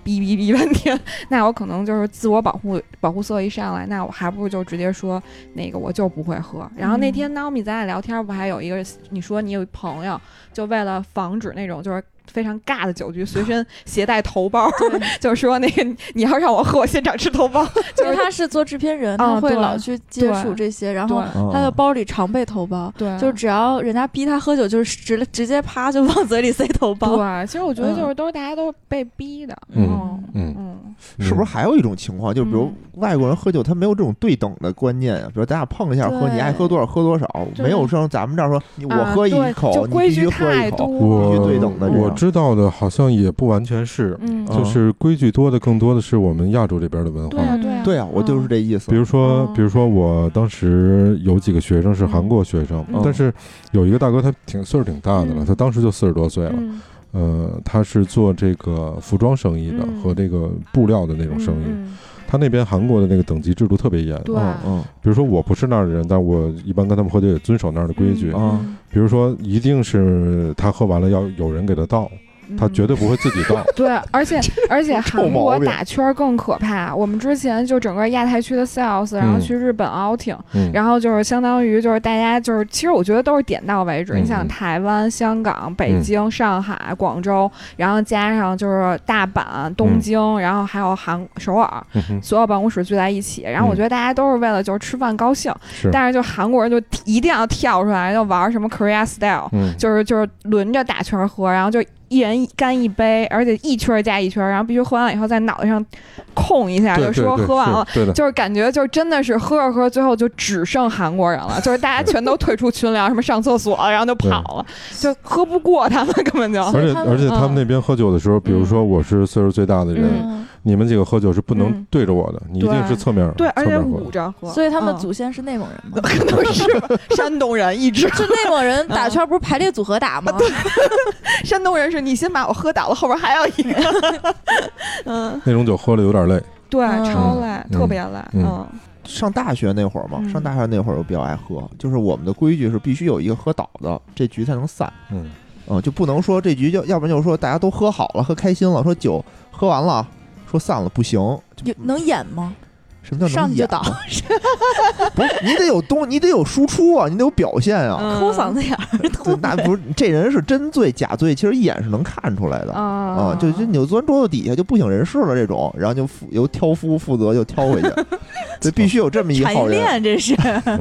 Speaker 4: 哔哔哔半天， 那我可能就是自我保护保护色一上来，那我还不如就直接说那个我就不会喝。然后
Speaker 3: 嗯
Speaker 4: 那天 Naomi 咱俩聊天，不还有一个你说你有一朋友，就为了防止那种就是非常尬的酒局，随身携带头孢， 就说那个你要让我喝，我现场吃头孢。
Speaker 3: 因
Speaker 4: 就
Speaker 3: 为
Speaker 4: 是
Speaker 3: 他是做制片人，
Speaker 4: 啊
Speaker 3: 他会
Speaker 4: 对
Speaker 3: 老去接
Speaker 4: 对
Speaker 3: 触这些，然后
Speaker 4: 对
Speaker 1: 嗯
Speaker 3: 他的包里常备头孢，
Speaker 4: 对，
Speaker 3: 就是只要人家逼他喝酒，就是直直接啪就往嘴里塞头孢。
Speaker 4: 对。其实我觉得
Speaker 3: 嗯
Speaker 4: 就是都是大家都是被逼的，
Speaker 2: 嗯嗯
Speaker 4: 嗯，
Speaker 1: 是不是还有一种情况，就比如
Speaker 4: 嗯
Speaker 1: 外国人喝酒，他没有这种对等的观念啊？比如咱俩碰一下喝，
Speaker 3: 对
Speaker 1: 你爱喝多少喝多少，
Speaker 4: 对
Speaker 1: 没有像咱们这样说，你我
Speaker 4: 啊
Speaker 1: 喝一
Speaker 4: 对
Speaker 1: 口，
Speaker 4: 就
Speaker 1: 你
Speaker 4: 规
Speaker 1: 必
Speaker 4: 矩
Speaker 1: 须喝
Speaker 4: 太
Speaker 1: 一口。
Speaker 4: 多
Speaker 2: 我
Speaker 4: 了，
Speaker 1: 必须对等啊的这样
Speaker 2: 嗯我知道的好像也不完全是，
Speaker 4: 嗯，
Speaker 1: 啊
Speaker 2: 就是规矩多的更多的是我们亚洲这边的文
Speaker 4: 对啊
Speaker 2: 化。
Speaker 4: 对啊，
Speaker 1: 对啊，我就是这意思。
Speaker 2: 比如说，
Speaker 4: 嗯
Speaker 2: 比如说，我当时有几个学生是韩国学生，
Speaker 1: 嗯
Speaker 2: 但是有一个大哥他挺岁数挺大的了，
Speaker 4: 嗯
Speaker 2: 他当时就四十多岁了。
Speaker 4: 嗯
Speaker 2: 呃，他是做这个服装生意的
Speaker 4: 嗯
Speaker 2: 和这个布料的那种生意。
Speaker 4: 嗯
Speaker 2: 他那边韩国的那个等级制度特别严。
Speaker 4: 对啊
Speaker 1: 嗯嗯
Speaker 2: 比如说我不是那儿的人，但我一般跟他们喝酒也遵守那儿的规矩。
Speaker 1: 嗯啊
Speaker 2: 比如说，一定是他喝完了要有人给他倒，
Speaker 4: 嗯
Speaker 2: 他绝对不会自己 倒。
Speaker 4: 对，而且而且
Speaker 1: 臭
Speaker 4: 韩国
Speaker 1: 毛病
Speaker 4: 打圈儿更可怕。我们之前就整个亚太区的 sales，然后
Speaker 2: 嗯
Speaker 4: 去日本 outing，、
Speaker 2: 嗯，
Speaker 4: 然后就是相当于就是大家就是，其实我觉得都是点到为止。
Speaker 2: 嗯
Speaker 4: 你想
Speaker 2: 嗯
Speaker 4: 台湾、香港、北
Speaker 2: 嗯
Speaker 4: 京、上海、广州，然后加上就是大阪、东京，然后还有韩首尔，
Speaker 2: 嗯哼
Speaker 4: 所有办公室聚在一起。然后
Speaker 2: 嗯
Speaker 4: 我觉得大家都是为了就是吃饭高兴，
Speaker 2: 是，
Speaker 4: 但是就韩国人就一定要跳出来，要玩什么 Korea style，
Speaker 2: 嗯，
Speaker 4: 就是就是轮着打圈儿喝，然后就一人一干一杯，而且一圈儿加一圈儿，然后必须喝完了以后在脑袋上空一下，
Speaker 2: 对
Speaker 4: 就说喝完了。，
Speaker 2: 对对是对的，
Speaker 4: 就是感觉就是真的是喝着喝，最后就只剩韩国人了，就是大家全都退出群聊，什么上厕所，啊然后就跑了，就喝不过他们，根本就
Speaker 3: 所
Speaker 2: 而
Speaker 3: 以
Speaker 2: 且
Speaker 3: 他们
Speaker 2: 而且他们那边喝酒的时候，比如说我是岁数最大的人，
Speaker 4: 嗯
Speaker 3: 嗯，
Speaker 2: 你们几个喝酒是不能
Speaker 4: 嗯
Speaker 2: 对着我的，你一定是侧面
Speaker 4: 对，
Speaker 2: 侧
Speaker 4: 而且
Speaker 2: 面喝
Speaker 4: 捂。着喝，
Speaker 3: 所以他们
Speaker 4: 嗯
Speaker 3: 祖先是内蒙人嘛，
Speaker 4: 可能是吧 山东人一直，
Speaker 3: 就内蒙人打圈不是排列组合打吗？
Speaker 4: 山东人是你先把我喝倒了，后边还要一个， 嗯，
Speaker 2: 那种酒喝了有点累，
Speaker 4: 对，
Speaker 3: 嗯
Speaker 4: 超赖，
Speaker 2: 嗯
Speaker 4: 特别赖，
Speaker 2: 嗯
Speaker 4: 嗯
Speaker 1: 上大学那会儿嘛，
Speaker 4: 嗯
Speaker 1: 上大学那会儿我比较爱喝，就是我们的规矩是必须有一个喝倒的，这局才能散。
Speaker 2: 嗯，
Speaker 1: 嗯，就不能说这局就，要不然就是说大家都喝好了，喝开心了，说酒喝完了，说散了不行。嗯
Speaker 3: 有能演吗？
Speaker 1: 什么叫
Speaker 3: 上
Speaker 1: 能
Speaker 3: 去就
Speaker 1: 演？啊
Speaker 3: 倒，
Speaker 1: 不是你得有东，你得有输出啊，你得有表现啊。
Speaker 4: 嗯
Speaker 3: 抠嗓子眼儿
Speaker 1: 对
Speaker 3: 吐，。
Speaker 1: 那不是这人是真醉假醉，其实一眼是能看出来的。
Speaker 4: 啊
Speaker 3: 嗯
Speaker 1: 啊，就就你就钻桌子底下就不省人事了这种，然后就负由挑夫负责就挑 回去，对，必须有这么一
Speaker 3: 产业
Speaker 1: 号人，
Speaker 3: 链这是，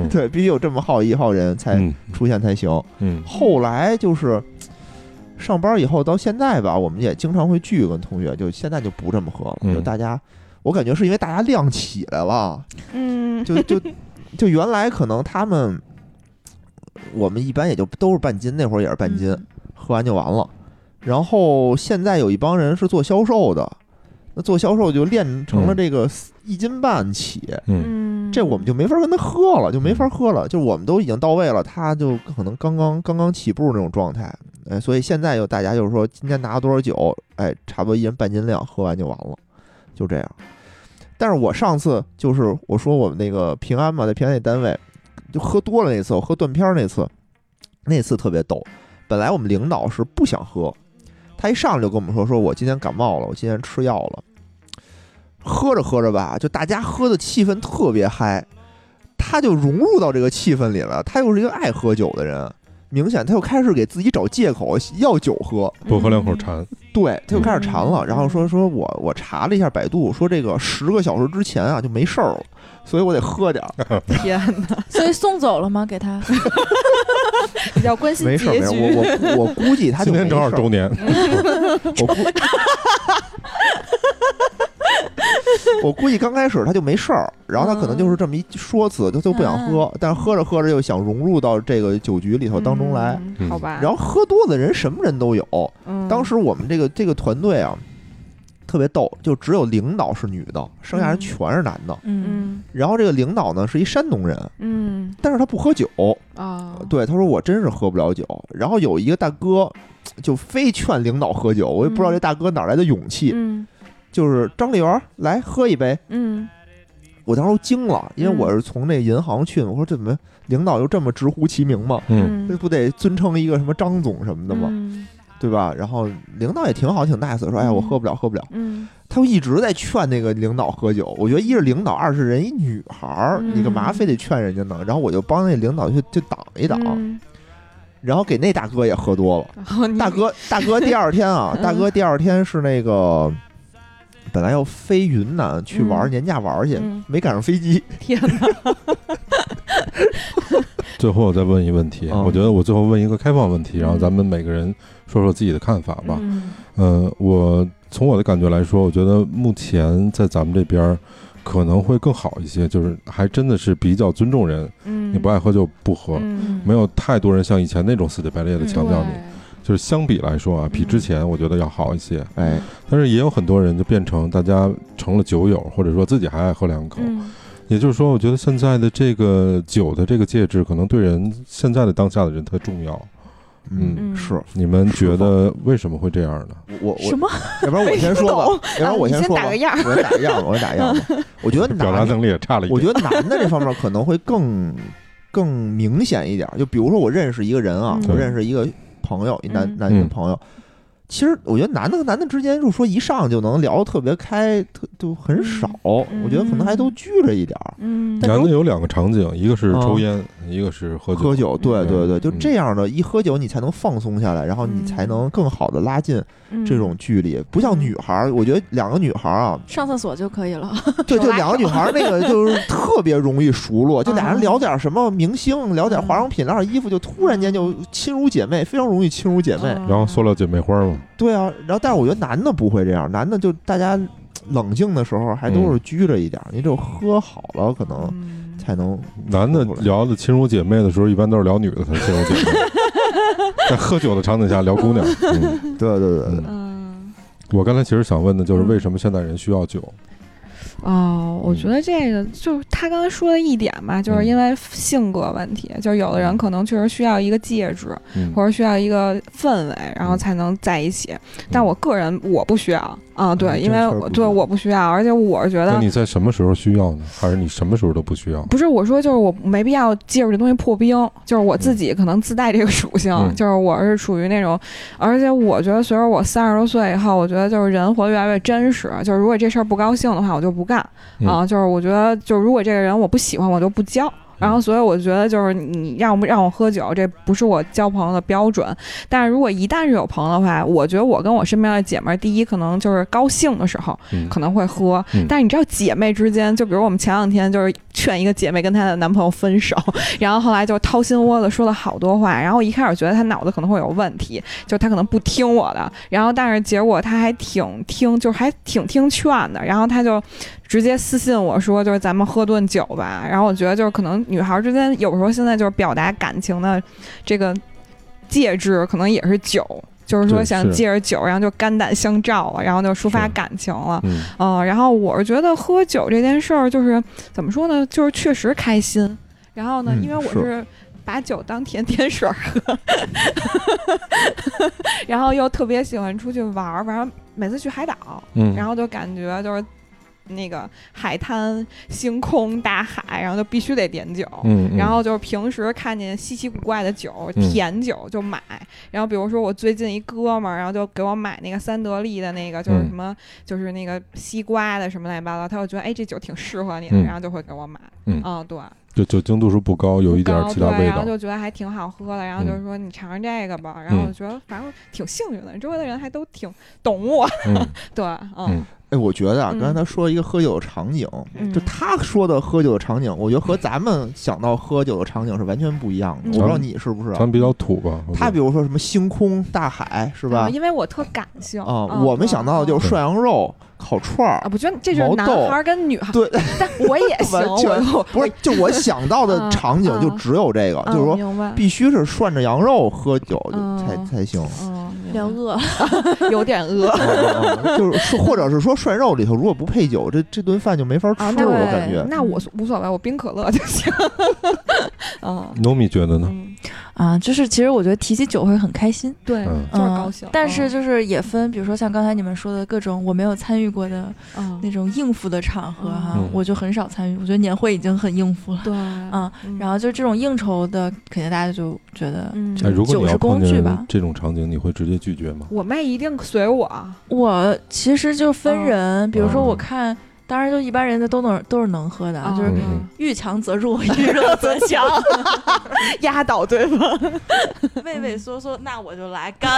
Speaker 1: 对，必须有这么号一号人才
Speaker 2: 嗯
Speaker 1: 出现才行。
Speaker 2: 嗯
Speaker 1: 后来就是上班以后到现在吧，我们也经常会聚跟同学，就现在就不这么喝了，
Speaker 2: 嗯
Speaker 1: 就大家，我感觉是因为大家量起来了，
Speaker 4: 嗯，
Speaker 1: 就就就原来可能他们，我们一般也就都是半斤，那会儿也是半斤，
Speaker 3: 嗯
Speaker 1: 喝完就完了。然后现在有一帮人是做销售的，那做销售就练成了
Speaker 2: 嗯
Speaker 1: 这个一斤半起，
Speaker 2: 嗯
Speaker 4: 嗯，
Speaker 1: 这我们就没法跟他喝了，就没法喝了。就我们都已经到位了，他就可能刚刚刚刚起步那种状态。哎，所以现在就大家就是说，今天拿了多少酒，哎，差不多一人半斤量，喝完就完了，就这样。但是我上次就是我说我们那个平安嘛，在平安那单位就喝多了那次，我喝断片儿那次，那次特别逗。本来我们领导是不想喝，他一上来就跟我们说，说我今天感冒了，我今天吃药了。喝着喝着吧，就大家喝的气氛特别嗨，他就融入到这个气氛里了。他又是一个爱喝酒的人，明显他又开始给自己找借口要酒喝，
Speaker 2: 不喝两口馋，
Speaker 1: 对，他又开始馋了。
Speaker 4: 嗯
Speaker 1: 然后说说我我查了一下百度，说这个十个小时之前啊就没事儿了，所以我得喝点儿。
Speaker 4: 嗯天哪，
Speaker 3: 所以送走了吗？给他，
Speaker 4: 比较关心
Speaker 1: 没事儿，没
Speaker 4: 结
Speaker 1: 事儿，
Speaker 4: 局。
Speaker 1: 我我我估计他就
Speaker 2: 今
Speaker 1: 没事
Speaker 2: 天正好周
Speaker 1: 儿。
Speaker 2: 年，
Speaker 1: 我估我估计刚开始他就没事儿，然后他可能就是这么一说辞，他就不想喝，但是喝着喝着又想融入到这个酒局里头当中来。
Speaker 4: 嗯
Speaker 2: 嗯
Speaker 4: 好吧。
Speaker 1: 然后喝多的人什么人都有，
Speaker 4: 嗯
Speaker 1: 当时我们这个这个团队啊，特别逗，就只有领导是女的，剩下人
Speaker 4: 嗯
Speaker 1: 全是男的。
Speaker 3: 嗯，
Speaker 4: 嗯
Speaker 1: 然后这个领导呢是一山东人，
Speaker 4: 嗯
Speaker 1: 但是他不喝酒，
Speaker 4: 啊，
Speaker 1: 对，他说我真是喝不了酒。然后有一个大哥就非劝领导喝酒，我也不知道
Speaker 4: 嗯
Speaker 1: 这大哥哪来的勇气，
Speaker 4: 嗯
Speaker 1: 就是张丽媛来喝一杯。
Speaker 4: 嗯
Speaker 1: 我当时都惊了，因为
Speaker 4: 嗯
Speaker 1: 我是从那银行去的，我说怎么领导就这么直呼其名嘛？
Speaker 2: 嗯，
Speaker 1: 这
Speaker 4: 嗯，
Speaker 1: 不得尊称一个什么张总什么的嘛，
Speaker 4: 嗯
Speaker 1: 对吧？然后领导也挺好，挺 nice，说哎呀我
Speaker 4: 嗯
Speaker 1: 喝不了，喝不了。
Speaker 4: 嗯，
Speaker 1: 他就一直在劝那个领导喝酒。我觉得一是领导，二是人一女孩儿，你干嘛
Speaker 4: 嗯
Speaker 1: 非得劝人家呢？然后我就帮那领导去去挡一挡。
Speaker 4: 嗯
Speaker 1: 然后给那大哥也喝多了。
Speaker 4: 然后你
Speaker 1: 大 哥，大哥第二天啊，
Speaker 4: 嗯
Speaker 1: 大哥第二天是那个本来要飞云南去玩儿
Speaker 4: 嗯
Speaker 1: 年假玩儿去，
Speaker 4: 嗯
Speaker 1: 没赶上飞机。
Speaker 4: 天哪，
Speaker 2: 最后我再问一问题，
Speaker 1: 嗯
Speaker 2: 我觉得我最后问一个开放问题，然后咱们每个人说说自己的看法吧。
Speaker 4: 嗯
Speaker 2: 嗯，我从我的感觉来说，我觉得目前在咱们这边儿可能会更好一些，就是还真的是比较尊重人，
Speaker 4: 嗯，
Speaker 2: 你不爱喝就不喝，
Speaker 4: 嗯，
Speaker 2: 没有太多人像以前那种死乞白赖的强调你。就是相比来说啊，比之前我觉得要好一些，
Speaker 1: 哎，
Speaker 2: 但是也有很多人就变成大家成了酒友，或者说自己还爱喝两口。
Speaker 4: 嗯
Speaker 2: 也就是说，我觉得现在的这个酒的这个介质，可能对人现在的当下的人特重要。
Speaker 4: 嗯
Speaker 1: 是
Speaker 2: 你们觉得为什么会这样呢？
Speaker 1: 我
Speaker 3: 什
Speaker 1: 我，
Speaker 3: 么？
Speaker 1: 要不然我先说 吧，
Speaker 4: 没
Speaker 1: 要不然我
Speaker 4: 啊你先
Speaker 1: 说吧，
Speaker 4: 打个样儿
Speaker 1: 我先打个样吧，我先打个样吧。我觉得
Speaker 2: 表达
Speaker 1: 男，
Speaker 2: 能力也差了一点。
Speaker 1: 我觉得男的这方面可能会更更明显一点儿。就比如说我认识一个人啊，
Speaker 4: 嗯
Speaker 1: 我认识一个朋友，一男
Speaker 4: 嗯
Speaker 1: 男性
Speaker 2: 嗯
Speaker 1: 朋友。其实我觉得男的和男的之间，就说一上就能聊得特别开，特就很少。
Speaker 4: 嗯
Speaker 1: 我觉得可能还都拘着一点儿。
Speaker 4: 嗯，
Speaker 2: 男的有两个场景，一个是抽烟，一个是喝酒。
Speaker 1: 喝酒，对
Speaker 2: 嗯
Speaker 1: 对对，就
Speaker 2: 嗯
Speaker 1: 这样的，一喝酒你才能放松下来，然后你才
Speaker 4: 嗯
Speaker 1: 能更好的拉近这种距离。不像女孩儿，我觉得两个女孩儿啊，
Speaker 3: 上厕所就可以了。
Speaker 1: 对，
Speaker 4: 手嗯
Speaker 1: 就
Speaker 4: 拉
Speaker 1: 两个女 孩儿那个就是特别容易熟络，就俩人聊点什么明星，聊
Speaker 4: 嗯
Speaker 1: 点化妆品，聊点衣服，就突然间就亲如姐妹，非常容易亲如姐妹。
Speaker 4: 嗯
Speaker 2: 然后塑料姐妹花嘛，
Speaker 1: 对啊，然后但是我觉得男的不会这样，男的就大家呃冷静的时候还都是拘着一点儿，你只有喝好了可能
Speaker 4: 嗯
Speaker 1: 才能
Speaker 2: 男的聊的亲如姐妹的时候，一般都是聊女的才亲如姐妹。在喝酒的场景下聊姑娘，嗯、
Speaker 1: 对对对对，
Speaker 4: 嗯
Speaker 2: 我刚才其实想问的就是为什么现代人需要酒？
Speaker 4: 哦，我觉
Speaker 1: 嗯
Speaker 4: 得这个就是他刚才说的一点嘛，就是因为性格问题，就是有
Speaker 1: 嗯
Speaker 4: 的人可能确实需要一个戒指，
Speaker 2: 嗯，
Speaker 4: 或者需要一个氛围，然
Speaker 1: 嗯
Speaker 4: 后才能在一起。但我个人我不需要啊，
Speaker 1: 嗯
Speaker 4: 对，因
Speaker 1: 这
Speaker 4: 为
Speaker 1: 事儿
Speaker 4: 我
Speaker 1: 不
Speaker 4: 对
Speaker 1: 需要
Speaker 4: 我不需要，而且我是觉
Speaker 2: 那
Speaker 4: 得
Speaker 2: 你在什么时候需要呢？还是你什么时候都不需要？
Speaker 4: 不是我说，就是我没必要借助这东西破冰，就是我自己可能自带这个属性，
Speaker 2: 嗯
Speaker 4: 就是我是属于那种，而且我觉得随着我三十多岁以后，我觉得就是人活得越来越真实，就是如果这事儿不高兴的话，我就不干、
Speaker 2: 嗯
Speaker 4: 啊，就是我觉得就是如果这个人我不喜欢，我就不交。然后，所以我觉得就是你让不让我喝酒，这不是我交朋友的标准。但是如果一旦是有朋友的话，我觉得我跟我身边的姐妹儿，第一可能就是高兴的时候，
Speaker 2: 嗯
Speaker 4: 可能会喝，
Speaker 2: 嗯
Speaker 4: 但是你知道姐妹之间，就比如我们前两天就是劝一个姐妹跟她的男朋友分手， 然后后来就掏心窝子说了好多话，然后一开始觉得她脑子可能会有问题，就她可能不听我的，然后但是结果她还挺听，就是还挺听劝的，然后她就直接私信我说就是咱们喝顿酒吧，然后我觉得就是可能女孩之间有时候现在就是表达感情的这个介质可能也是酒。就是说
Speaker 2: 对
Speaker 4: 想
Speaker 2: 是
Speaker 4: 借着酒，然后就肝胆相照了，然后就抒发
Speaker 2: 是
Speaker 4: 感情了。
Speaker 2: 嗯，
Speaker 4: 嗯，然后我是觉得喝酒这件事儿，就是怎么说呢，就是确实开心。然后呢，
Speaker 1: 嗯
Speaker 4: 因为我
Speaker 1: 是
Speaker 4: 是把酒当甜甜水儿喝， 然后又特别喜欢出去玩儿，反正每次去海岛，
Speaker 2: 嗯
Speaker 4: 然后就感觉就是那个海滩、星空、大海，然后就必须得点酒。
Speaker 2: 嗯，嗯
Speaker 4: 然后就是平时看见稀奇古怪的酒，
Speaker 2: 嗯
Speaker 4: 甜酒就买。然后比如说我最近一哥们儿，然后就给我买那个三得利的那个，就是
Speaker 2: 嗯
Speaker 4: 什么、就是那个西瓜的什么乱七八糟，他就觉得哎这酒挺适合你的，
Speaker 2: 嗯
Speaker 4: 然后就会给我买。
Speaker 2: 嗯
Speaker 4: 对，
Speaker 2: 就酒精度数不高，有一点
Speaker 4: 高
Speaker 2: 其他
Speaker 4: 对啊
Speaker 2: 味
Speaker 4: 然后
Speaker 2: 道。嗯
Speaker 4: 就觉得还挺好喝的，然后就是说你尝尝这个吧。然后我觉得反正挺幸运的，周围的人还都挺懂我。
Speaker 2: 嗯，
Speaker 4: 对，嗯
Speaker 2: 嗯
Speaker 1: 哎，我觉得啊，
Speaker 4: 嗯
Speaker 1: 刚才他说一个喝酒的场景，
Speaker 4: 嗯，
Speaker 1: 就他说的喝酒的场景，我觉得和咱们想到喝酒的场景是完全不一样的。
Speaker 4: 嗯
Speaker 1: 我不知道你是不是啊
Speaker 2: 咱们比较土吧？我觉
Speaker 1: 他
Speaker 2: 得
Speaker 1: 比如说什么星空、大海，是吧
Speaker 4: 啊？因为我特感性嗯
Speaker 1: 啊，我们想到的就是
Speaker 2: 对
Speaker 1: 涮羊肉、烤串
Speaker 4: 啊，
Speaker 1: 儿，
Speaker 4: 我觉得这就是
Speaker 1: 毛
Speaker 4: 男
Speaker 1: 豆
Speaker 4: 孩儿跟女孩儿，
Speaker 1: 对，
Speaker 4: 但我也行，
Speaker 1: 完
Speaker 4: 我
Speaker 1: 全
Speaker 4: 就
Speaker 1: 不是，就我想到的
Speaker 4: 啊
Speaker 1: 场景就只有这个，
Speaker 4: 啊
Speaker 1: 就是说
Speaker 4: 明白，
Speaker 1: 必须是涮着羊肉喝酒就
Speaker 4: 嗯
Speaker 1: 才才行，
Speaker 4: 嗯，明白
Speaker 3: 聊饿了，
Speaker 4: 有 点饿
Speaker 1: 啊就是说或者是说涮肉里头如果不配酒，这这顿饭就没法吃，
Speaker 4: 啊，那
Speaker 1: 我
Speaker 4: 我
Speaker 1: 感觉。
Speaker 3: 嗯
Speaker 4: 那我无所谓，我冰可乐就 行。嗯
Speaker 2: Nomi 觉得呢？
Speaker 4: 嗯，
Speaker 3: 啊，就是其实我觉得提起酒会很开心，
Speaker 4: 对，
Speaker 2: 嗯
Speaker 4: 就是高兴
Speaker 3: 嗯。但是就是也分，比如说像刚才你们说的各种我没有参与过的
Speaker 4: 嗯，
Speaker 3: 那种应付的场合哈、
Speaker 2: 嗯
Speaker 3: 我就很少参与。我觉得年会已经很应付了，
Speaker 4: 对，
Speaker 3: 嗯，然后就这种应酬的，肯定大家就觉得
Speaker 4: 嗯
Speaker 3: 就
Speaker 2: 哎，
Speaker 3: 是
Speaker 2: 如果
Speaker 3: 酒
Speaker 2: 你
Speaker 3: 是
Speaker 2: 要碰
Speaker 3: 工具吧
Speaker 2: 见。这种场景，你会直接拒绝吗？
Speaker 3: 啊
Speaker 4: 我妹一定随我，
Speaker 2: 哦
Speaker 3: 我其实就分人，比如说我看当然，就一般人的都能都是能喝的，啊，就是
Speaker 2: 嗯
Speaker 3: 遇强则弱，遇弱则 强，
Speaker 4: 压倒对方，
Speaker 3: 畏畏缩缩，那我就来干。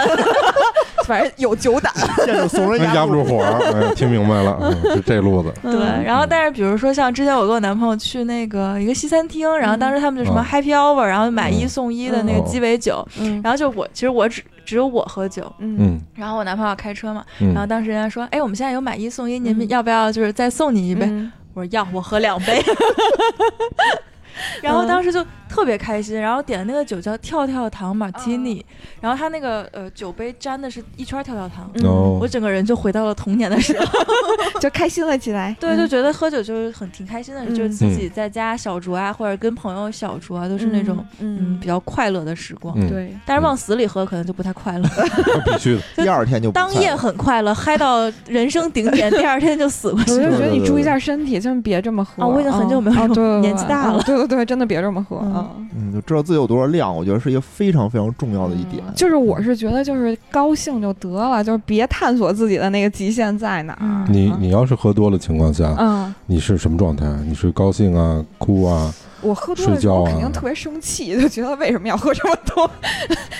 Speaker 4: 反正有酒胆。
Speaker 1: 现在怂人
Speaker 2: 那
Speaker 1: 压
Speaker 2: 压不住火儿，哎，听明白了，嗯是这路子。
Speaker 3: 对，嗯然后但是比如说像之前我跟我男朋友去那个一个西餐厅，然后当时他们就什么
Speaker 2: 嗯
Speaker 3: Happy Hour，然后买一送一的那个
Speaker 2: 嗯
Speaker 3: 鸡尾酒，
Speaker 4: 嗯
Speaker 3: 然后就我其实我只只有我喝酒，
Speaker 4: 嗯
Speaker 2: 嗯
Speaker 3: 然后我男朋友开车嘛，然后
Speaker 2: 嗯，
Speaker 3: 当时人家说，哎，我们现在有买一送一，你们
Speaker 4: 嗯
Speaker 3: 要不要就是再送你一
Speaker 4: 嗯
Speaker 3: 杯？
Speaker 4: 嗯
Speaker 3: 我说要，我喝两杯。 然后当时就特别开心，然后点的那个酒叫跳跳糖马提尼，然后它那个呃酒杯沾的是一圈跳跳糖，我
Speaker 2: 哦，
Speaker 3: 整个人就回到了童年的 时候。
Speaker 4: 就开心了起来。
Speaker 3: 对，就觉得喝酒就是很挺开心的，
Speaker 4: 嗯
Speaker 3: 就是自己在家小酌啊，或者跟朋友小酌啊，都是那种嗯比较快乐的时光。
Speaker 2: 嗯，
Speaker 4: 对，
Speaker 3: 但是往死里喝可能就不太快乐，
Speaker 2: 那必须的，
Speaker 1: 第二天就不
Speaker 3: 当
Speaker 1: 菜
Speaker 3: 夜
Speaker 1: 了
Speaker 3: 很快乐，嗨到人生顶点，第二天就死过
Speaker 4: 我
Speaker 3: 去
Speaker 4: 就
Speaker 3: 了。
Speaker 4: 觉得你注意一下身体，真别这么喝。
Speaker 3: 啊我已经很久没有
Speaker 4: 嗯
Speaker 3: 这种
Speaker 4: 啊对对对
Speaker 3: 年纪大
Speaker 4: 啊
Speaker 3: 了
Speaker 4: 对对对，真的别这么喝
Speaker 3: 嗯
Speaker 4: 啊。
Speaker 1: 嗯，就知道自己有多少量，我觉得是一个非常非常重要的一点。
Speaker 4: 嗯就是我是觉得，就是高兴就得了，就是别探索自己的那个极限在
Speaker 3: 嗯
Speaker 4: 哪儿。啊
Speaker 2: 你你要是喝多了情况
Speaker 3: 啊
Speaker 2: 下，
Speaker 4: 嗯，
Speaker 2: 你是什么状态？你是高兴啊、哭啊？
Speaker 4: 我喝多了
Speaker 2: 睡
Speaker 4: 之
Speaker 2: 觉啊
Speaker 4: 后肯定特别生气， 就觉得为什么要喝这么多，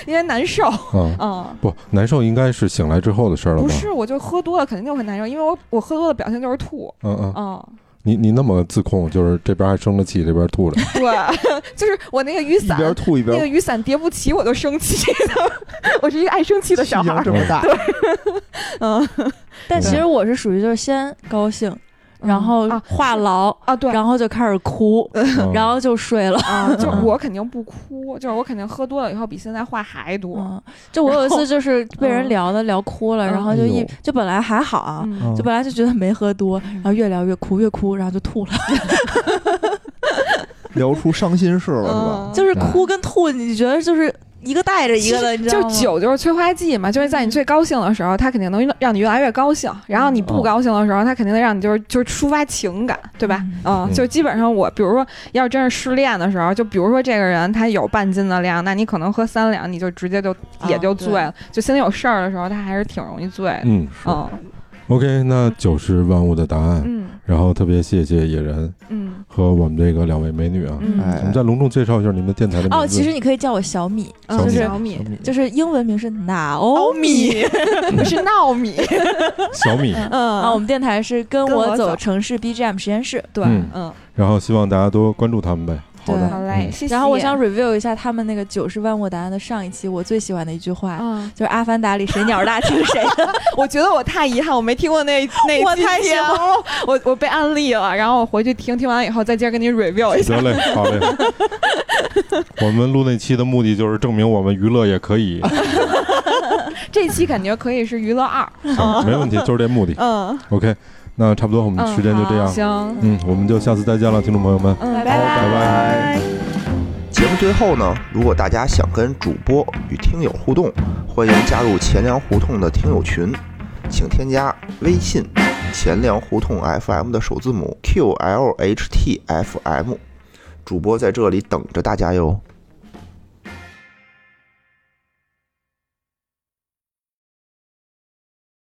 Speaker 4: 因为难受。
Speaker 2: 嗯，
Speaker 3: 啊
Speaker 4: 嗯，
Speaker 2: 不，难受应该是醒来之后的事儿了吧
Speaker 4: 不？是，我就喝多了肯定就很难受，因为我我喝多了表现就是吐。
Speaker 2: 嗯
Speaker 3: 啊
Speaker 2: 嗯，
Speaker 4: 嗯，
Speaker 2: 你你那么自控，就是这边还生着气，这边 吐着。
Speaker 4: 对， 就是我那个雨
Speaker 1: 一
Speaker 4: 伞，
Speaker 1: 边吐一
Speaker 4: 那个
Speaker 1: 边
Speaker 4: 雨伞叠不齐，我就生气 我是一个爱生气的小
Speaker 1: 气性
Speaker 4: 孩儿。
Speaker 1: 这么大，
Speaker 4: 嗯，
Speaker 3: 但其实我是属于就是先高兴， 然后
Speaker 4: 啊
Speaker 3: 话痨，
Speaker 4: 啊，对，
Speaker 3: 然后就开始哭，
Speaker 2: 嗯
Speaker 3: 然后就睡了。
Speaker 4: 啊，就是
Speaker 2: 嗯
Speaker 4: 我肯定不哭，就是我肯定喝多了以后比现在话还多。
Speaker 3: 嗯，就我有一次就是被人聊的聊哭了，
Speaker 4: 嗯
Speaker 3: 然后就
Speaker 2: 哎
Speaker 3: 一
Speaker 2: 呦
Speaker 3: 就本来还好啊，
Speaker 4: 嗯，
Speaker 3: 就本来就觉得没喝多，然后越聊越哭，越哭然后就吐
Speaker 4: 嗯
Speaker 3: 了，
Speaker 1: 聊出伤心
Speaker 4: 嗯
Speaker 1: 事了是吧？
Speaker 3: 就是哭跟吐，你觉得就是一个带着一个的，你知道
Speaker 4: 就
Speaker 3: 吗？
Speaker 4: 酒就是催化剂嘛，就是在你最高兴的时候，它肯定能让你越来越高兴；然后你不高兴的时候，它肯定能让你就是就是抒发情感，对吧？嗯，
Speaker 2: 嗯
Speaker 4: 就基本上我，比如说要真是失恋的时候，就比如说这个人他有半斤的量，那你可能喝三两，你就直接就也就醉了。就心里有事儿的时候，他还是挺容易醉的。
Speaker 2: 嗯
Speaker 3: 啊
Speaker 4: 嗯
Speaker 2: ，OK，那就是万物的答案。
Speaker 4: 嗯
Speaker 2: 然后特别谢谢野人
Speaker 4: 嗯
Speaker 2: 和我们这个两位美女啊，
Speaker 4: 嗯，
Speaker 2: 我们再隆重介绍一下你们电台的名字。
Speaker 3: 哦，其实你可以叫我小米，
Speaker 4: 嗯
Speaker 2: 小米
Speaker 4: 小米
Speaker 3: 就是英文名是
Speaker 4: 哦
Speaker 3: Naomi
Speaker 4: 不 是闹米，
Speaker 2: 小 米，
Speaker 3: 啊，我
Speaker 4: 嗯，
Speaker 3: 们电台是跟
Speaker 4: 跟
Speaker 3: 我
Speaker 4: 我
Speaker 3: 走
Speaker 4: 走
Speaker 3: 城市 BGM 实验室，
Speaker 4: 对，
Speaker 2: 嗯
Speaker 4: 嗯，
Speaker 2: 然后希望大家多关注他们呗。
Speaker 3: 对。
Speaker 4: 好嘞，
Speaker 2: 嗯
Speaker 4: 谢谢。
Speaker 3: 然后我想 review 一下他们那个《九是万物答案》的上一期，我最喜欢的一句话，
Speaker 4: 嗯，
Speaker 3: 就是《阿凡达》里谁鸟大听谁的。
Speaker 4: 我觉得我太遗憾，我没听过 那那一
Speaker 3: 我
Speaker 4: 期
Speaker 3: 太
Speaker 4: 节
Speaker 3: 喜欢
Speaker 4: 目了，我我被安利了，然后我回去听，听完以后再接着跟你 review 一下。
Speaker 2: 得嘞，好 嘞。我们录那期的目的就是证明我们娱乐也可以，
Speaker 4: 这期感觉可以是娱乐二，
Speaker 2: 行没问题，就是这目 的。
Speaker 4: 嗯
Speaker 2: OK，那差不多我们
Speaker 4: 哦嗯，
Speaker 2: 时间就这样
Speaker 4: 好。行，
Speaker 2: 嗯，我们就下次再见了，听众朋友们。
Speaker 4: 嗯，
Speaker 3: 拜
Speaker 4: 拜
Speaker 3: 拜
Speaker 2: 拜拜
Speaker 1: 节目最后呢，如果大家想跟主播与听友互动，欢迎加入钱粮胡同的听友群，请添加微信“钱粮胡同 FM” 的首字母 “QLHTFM”，主播在这里等着大家哟。